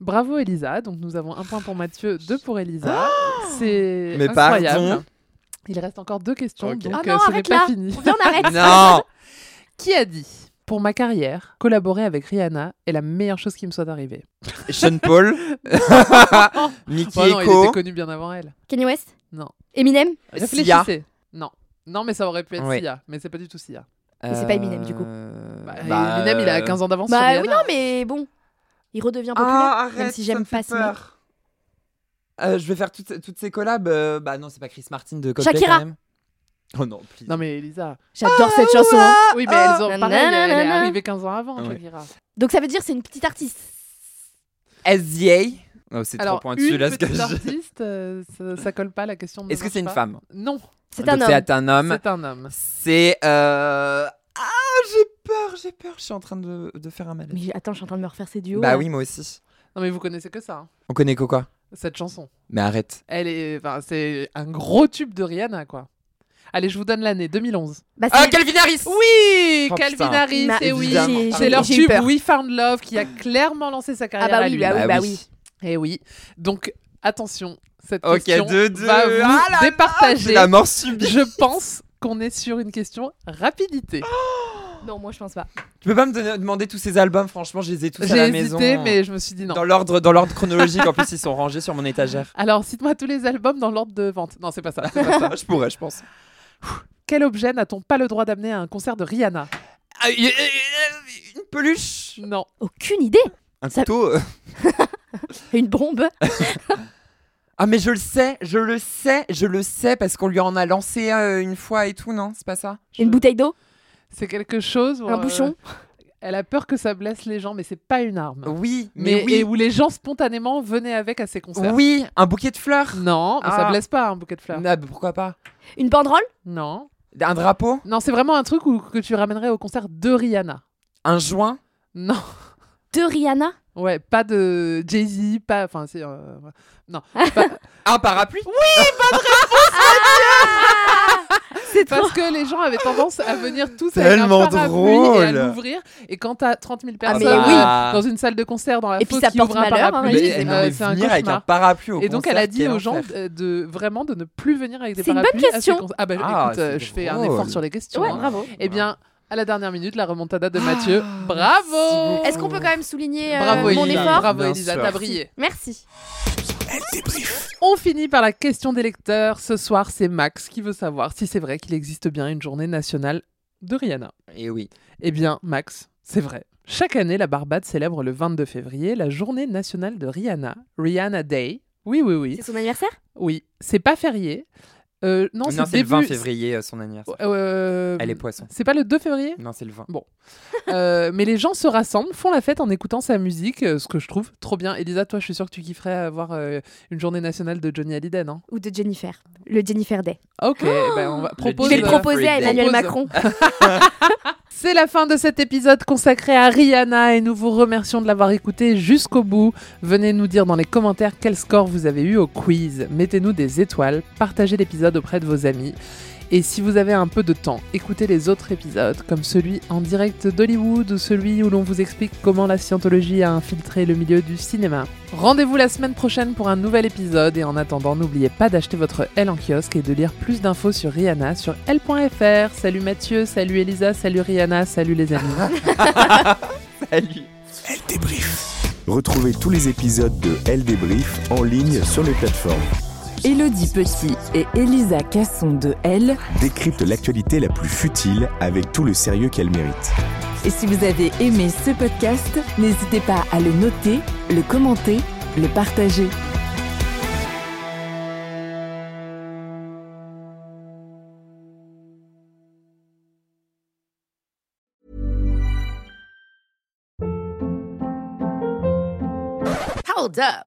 [SPEAKER 5] Bravo Elisa, donc nous avons un point pour Mathieu, deux pour Elisa.
[SPEAKER 6] Ah
[SPEAKER 5] C'est
[SPEAKER 7] Mais
[SPEAKER 5] incroyable.
[SPEAKER 7] pardon.
[SPEAKER 5] Il reste encore deux questions,
[SPEAKER 7] Ok.
[SPEAKER 5] donc
[SPEAKER 6] Ah
[SPEAKER 5] euh,
[SPEAKER 6] non,
[SPEAKER 5] ce n'est
[SPEAKER 6] arrête
[SPEAKER 5] pas
[SPEAKER 6] là.
[SPEAKER 5] fini.
[SPEAKER 6] On vient, on arrête.
[SPEAKER 7] Non
[SPEAKER 5] Qui a dit Pour ma carrière, collaborer avec Rihanna est la meilleure chose qui me soit arrivée.
[SPEAKER 7] Sean Paul, Mickey
[SPEAKER 5] Oh non, il
[SPEAKER 7] Echo.
[SPEAKER 5] était connu bien avant elle.
[SPEAKER 6] Kanye West
[SPEAKER 5] Non.
[SPEAKER 6] Eminem
[SPEAKER 7] Sia.
[SPEAKER 5] Réfléchissez. Non. Non, mais ça aurait pu être
[SPEAKER 7] Ouais.
[SPEAKER 5] Sia, mais c'est pas du tout Sia.
[SPEAKER 6] Mais c'est pas Eminem, du coup.
[SPEAKER 7] Euh,
[SPEAKER 5] Bah, Eminem, il a 15 ans d'avance sur
[SPEAKER 6] Bah oui,
[SPEAKER 5] Rihanna.
[SPEAKER 6] non, mais bon. Il redevient populaire.
[SPEAKER 7] Ah, arrête,
[SPEAKER 6] même si j'aime pas ce mec.
[SPEAKER 7] Euh, je vais faire toutes, toutes ces collabs. euh, bah non, c'est pas Chris Martin de Coldplay
[SPEAKER 6] Shakira.
[SPEAKER 7] quand même. Oh non, please.
[SPEAKER 5] Non, mais Elisa.
[SPEAKER 6] J'adore cette chanson.
[SPEAKER 5] Oui, mais elles ont
[SPEAKER 6] Ah,
[SPEAKER 5] pareil, elle est
[SPEAKER 6] nanana.
[SPEAKER 5] arrivée 15 ans avant,
[SPEAKER 7] Ouais.
[SPEAKER 5] Shakira.
[SPEAKER 6] Donc ça veut dire c'est une petite artiste.
[SPEAKER 7] SZA. Oh, c'est trop
[SPEAKER 5] Alors,
[SPEAKER 7] pointu
[SPEAKER 5] une
[SPEAKER 7] là ce que
[SPEAKER 5] petite
[SPEAKER 7] je-
[SPEAKER 5] artiste, euh, ça, ça colle pas la question. ne
[SPEAKER 7] Est-ce que
[SPEAKER 5] marche
[SPEAKER 7] c'est une
[SPEAKER 5] pas.
[SPEAKER 7] femme Ah,
[SPEAKER 5] Non,
[SPEAKER 6] C'est un
[SPEAKER 7] Donc,
[SPEAKER 6] homme.
[SPEAKER 7] C'est un homme.
[SPEAKER 5] c'est un homme.
[SPEAKER 7] C'est. euh, Ah, j'ai peur, j'ai peur. Je suis en train de, de faire un malaise.
[SPEAKER 6] Mais j'ai- attends, je suis en train de me refaire ces duos.
[SPEAKER 7] Bah
[SPEAKER 6] là.
[SPEAKER 7] oui, moi aussi.
[SPEAKER 5] Non, mais vous connaissez que ça, hein,
[SPEAKER 7] On connaît que quoi
[SPEAKER 5] cette chanson.
[SPEAKER 7] Mais arrête.
[SPEAKER 5] Elle est, enfin, c'est un gros tube de Rihanna, quoi. Allez, je vous donne l'année 2011.
[SPEAKER 6] Bah,
[SPEAKER 7] Ah,
[SPEAKER 6] c'est-
[SPEAKER 7] Calvin Harris
[SPEAKER 5] Oui,
[SPEAKER 7] Oh,
[SPEAKER 5] Calvin
[SPEAKER 7] putain.
[SPEAKER 5] Harris,
[SPEAKER 6] Ma-
[SPEAKER 5] et oui,
[SPEAKER 7] évidemment.
[SPEAKER 6] j'ai-
[SPEAKER 5] c'est
[SPEAKER 6] j'ai-
[SPEAKER 5] leur
[SPEAKER 6] j'ai eu
[SPEAKER 5] tube
[SPEAKER 6] peur.
[SPEAKER 5] We Found Love qui a clairement lancé sa carrière
[SPEAKER 6] Ah bah
[SPEAKER 5] à
[SPEAKER 6] oui,
[SPEAKER 5] lui.
[SPEAKER 6] bah oui, bah oui.
[SPEAKER 5] Et oui. Donc attention, cette
[SPEAKER 7] Ok,
[SPEAKER 5] question
[SPEAKER 7] deux, deux.
[SPEAKER 5] va vous
[SPEAKER 7] Ah là là,
[SPEAKER 5] départager.
[SPEAKER 7] C'est la mort subie.
[SPEAKER 5] Je pense qu'on est sur une question rapidité.
[SPEAKER 7] Oh,
[SPEAKER 6] Non, moi je pense pas.
[SPEAKER 7] Tu peux pas me donner- demander tous ces albums, franchement, je les ai tous à
[SPEAKER 5] J'ai
[SPEAKER 7] la
[SPEAKER 5] hésité,
[SPEAKER 7] maison. hein.
[SPEAKER 5] mais je me suis dit non.
[SPEAKER 7] Dans l'ordre, dans l'ordre chronologique, en plus, ils sont rangés sur mon étagère.
[SPEAKER 5] Alors, cite-moi tous les albums dans l'ordre de vente. Non, c'est pas ça. c'est pas ça.
[SPEAKER 7] je pourrais, je pense.
[SPEAKER 5] Quel objet n'a-t-on pas le droit d'amener à un concert de Rihanna
[SPEAKER 7] Ah, y- y- y- Une peluche
[SPEAKER 5] Non.
[SPEAKER 6] Aucune idée.
[SPEAKER 7] Un
[SPEAKER 6] Ça-
[SPEAKER 7] couteau euh.
[SPEAKER 6] Une bombe.
[SPEAKER 7] Ah, mais je le sais, je le sais, je le sais, parce qu'on lui en a lancé euh, une fois et tout, non C'est pas ça
[SPEAKER 6] Une bouteille d'eau.
[SPEAKER 5] C'est quelque chose. où,
[SPEAKER 6] Un
[SPEAKER 5] euh,
[SPEAKER 6] bouchon.
[SPEAKER 5] Elle a peur que ça blesse les gens, mais c'est pas une arme.
[SPEAKER 7] Oui, mais,
[SPEAKER 5] mais
[SPEAKER 7] oui.
[SPEAKER 5] et où les gens spontanément venaient avec à ces concerts.
[SPEAKER 7] Oui, un bouquet de fleurs
[SPEAKER 5] Non, mais ça
[SPEAKER 7] Ah.
[SPEAKER 5] blesse pas un bouquet de fleurs.
[SPEAKER 7] Ah, bah, Pourquoi pas
[SPEAKER 6] Une banderole.
[SPEAKER 5] Non.
[SPEAKER 7] Un drapeau
[SPEAKER 5] Non, c'est vraiment un truc où, que tu ramènerais au concert de Rihanna.
[SPEAKER 7] Un joint
[SPEAKER 5] Non.
[SPEAKER 6] De Rihanna.
[SPEAKER 5] Ouais, pas de Jay-Z, pas. Enfin, c'est. euh, non. Pas-
[SPEAKER 7] Ah, Un parapluie
[SPEAKER 6] C'est trop.
[SPEAKER 5] parce que les gens avaient tendance à venir tous
[SPEAKER 7] Tellement
[SPEAKER 5] avec un parapluie et à
[SPEAKER 7] drôle.
[SPEAKER 5] l'ouvrir. Et quand t'as 30 000
[SPEAKER 6] Ah,
[SPEAKER 5] personnes
[SPEAKER 6] mais oui.
[SPEAKER 5] euh, dans une salle de concert, dans la
[SPEAKER 6] Et puis
[SPEAKER 5] fosse
[SPEAKER 6] ça
[SPEAKER 5] qui
[SPEAKER 6] porte
[SPEAKER 5] ouvre un
[SPEAKER 6] malheur, hein,
[SPEAKER 5] parapluie,
[SPEAKER 6] Brigitte.
[SPEAKER 7] Mais,
[SPEAKER 5] euh,
[SPEAKER 7] non, mais
[SPEAKER 5] c'est un
[SPEAKER 7] venir avec un
[SPEAKER 5] cauchemar.
[SPEAKER 7] parapluie au
[SPEAKER 5] Et donc elle a
[SPEAKER 7] concert,
[SPEAKER 5] dit
[SPEAKER 7] quel
[SPEAKER 5] aux gens
[SPEAKER 7] enfer.
[SPEAKER 5] euh, de vraiment de ne plus venir avec des
[SPEAKER 6] C'est une bonne
[SPEAKER 5] parapluies. à ces
[SPEAKER 6] question.
[SPEAKER 5] concerts. Ah bah
[SPEAKER 7] Ah,
[SPEAKER 5] écoute, euh,
[SPEAKER 7] c'est
[SPEAKER 5] je fais un
[SPEAKER 7] drôle.
[SPEAKER 5] effort sur les questions.
[SPEAKER 6] Ouais,
[SPEAKER 5] hein.
[SPEAKER 6] bravo.
[SPEAKER 5] Eh bien, à la dernière minute, la remontada de Mathieu. Bravo
[SPEAKER 6] Est-ce qu'on peut quand même souligner euh,
[SPEAKER 5] Bravo
[SPEAKER 6] mon
[SPEAKER 5] Elisa,
[SPEAKER 6] effort
[SPEAKER 5] bravo
[SPEAKER 7] Bien
[SPEAKER 5] Elisa,
[SPEAKER 7] sûr.
[SPEAKER 5] t'as brillé.
[SPEAKER 6] Merci.
[SPEAKER 4] Elle débrief.
[SPEAKER 5] On finit par la question des lecteurs. Ce soir, c'est Max qui veut savoir si c'est vrai qu'il existe bien une journée nationale de Rihanna.
[SPEAKER 7] Et oui.
[SPEAKER 5] Eh bien, Max, c'est vrai. Chaque année, la Barbade célèbre le 22 février la journée nationale de Rihanna, Rihanna Day. Oui, oui, oui.
[SPEAKER 6] C'est son anniversaire
[SPEAKER 5] Oui, c'est pas férié. Euh, non,
[SPEAKER 7] Non,
[SPEAKER 5] c'est
[SPEAKER 7] c'est le 20
[SPEAKER 5] début...
[SPEAKER 7] février, euh, son anniversaire.
[SPEAKER 5] Euh,
[SPEAKER 7] Elle est poisson.
[SPEAKER 5] C'est pas le 2 février
[SPEAKER 7] Non, c'est le 20.
[SPEAKER 5] Euh, mais les gens se rassemblent, font la fête en écoutant sa musique, euh, ce que je trouve trop bien. Elisa, toi, je suis sûre que tu kifferais avoir euh, une journée nationale de Johnny Hallyday, non
[SPEAKER 6] Ou de Jennifer Le Jennifer Day.
[SPEAKER 5] Ok, ben on va
[SPEAKER 6] Je
[SPEAKER 5] propose.
[SPEAKER 6] vais le
[SPEAKER 7] Jennifer
[SPEAKER 6] proposer à
[SPEAKER 7] Day.
[SPEAKER 6] Emmanuel
[SPEAKER 5] Propose.
[SPEAKER 6] Macron.
[SPEAKER 5] C'est la fin de cet épisode consacré à Rihanna et nous vous remercions de l'avoir écouté jusqu'au bout. Venez nous dire dans les commentaires quel score vous avez eu au quiz. Mettez-nous des étoiles, partagez l'épisode auprès de vos amis. Et si vous avez un peu de temps, écoutez les autres épisodes, comme celui en direct d'Hollywood ou celui où l'on vous explique comment la scientologie a infiltré le milieu du cinéma. Rendez-vous la semaine prochaine pour un nouvel épisode et en attendant, n'oubliez pas d'acheter votre L en kiosque et de lire plus d'infos sur Rihanna sur L.fr. Salut Mathieu, salut Elisa, salut Rihanna, salut les amis.
[SPEAKER 7] Salut
[SPEAKER 4] Elle débrief.
[SPEAKER 9] Retrouvez tous les épisodes de Elle débrief en ligne sur les plateformes.
[SPEAKER 3] Élodie Petit et Elisa Casson de Elle.
[SPEAKER 9] Décrypte l'actualité la plus futile avec tout le sérieux qu'elle mérite.
[SPEAKER 3] Et si vous avez aimé ce podcast, n'hésitez pas à le noter, le commenter, le partager.
[SPEAKER 2] Hold up.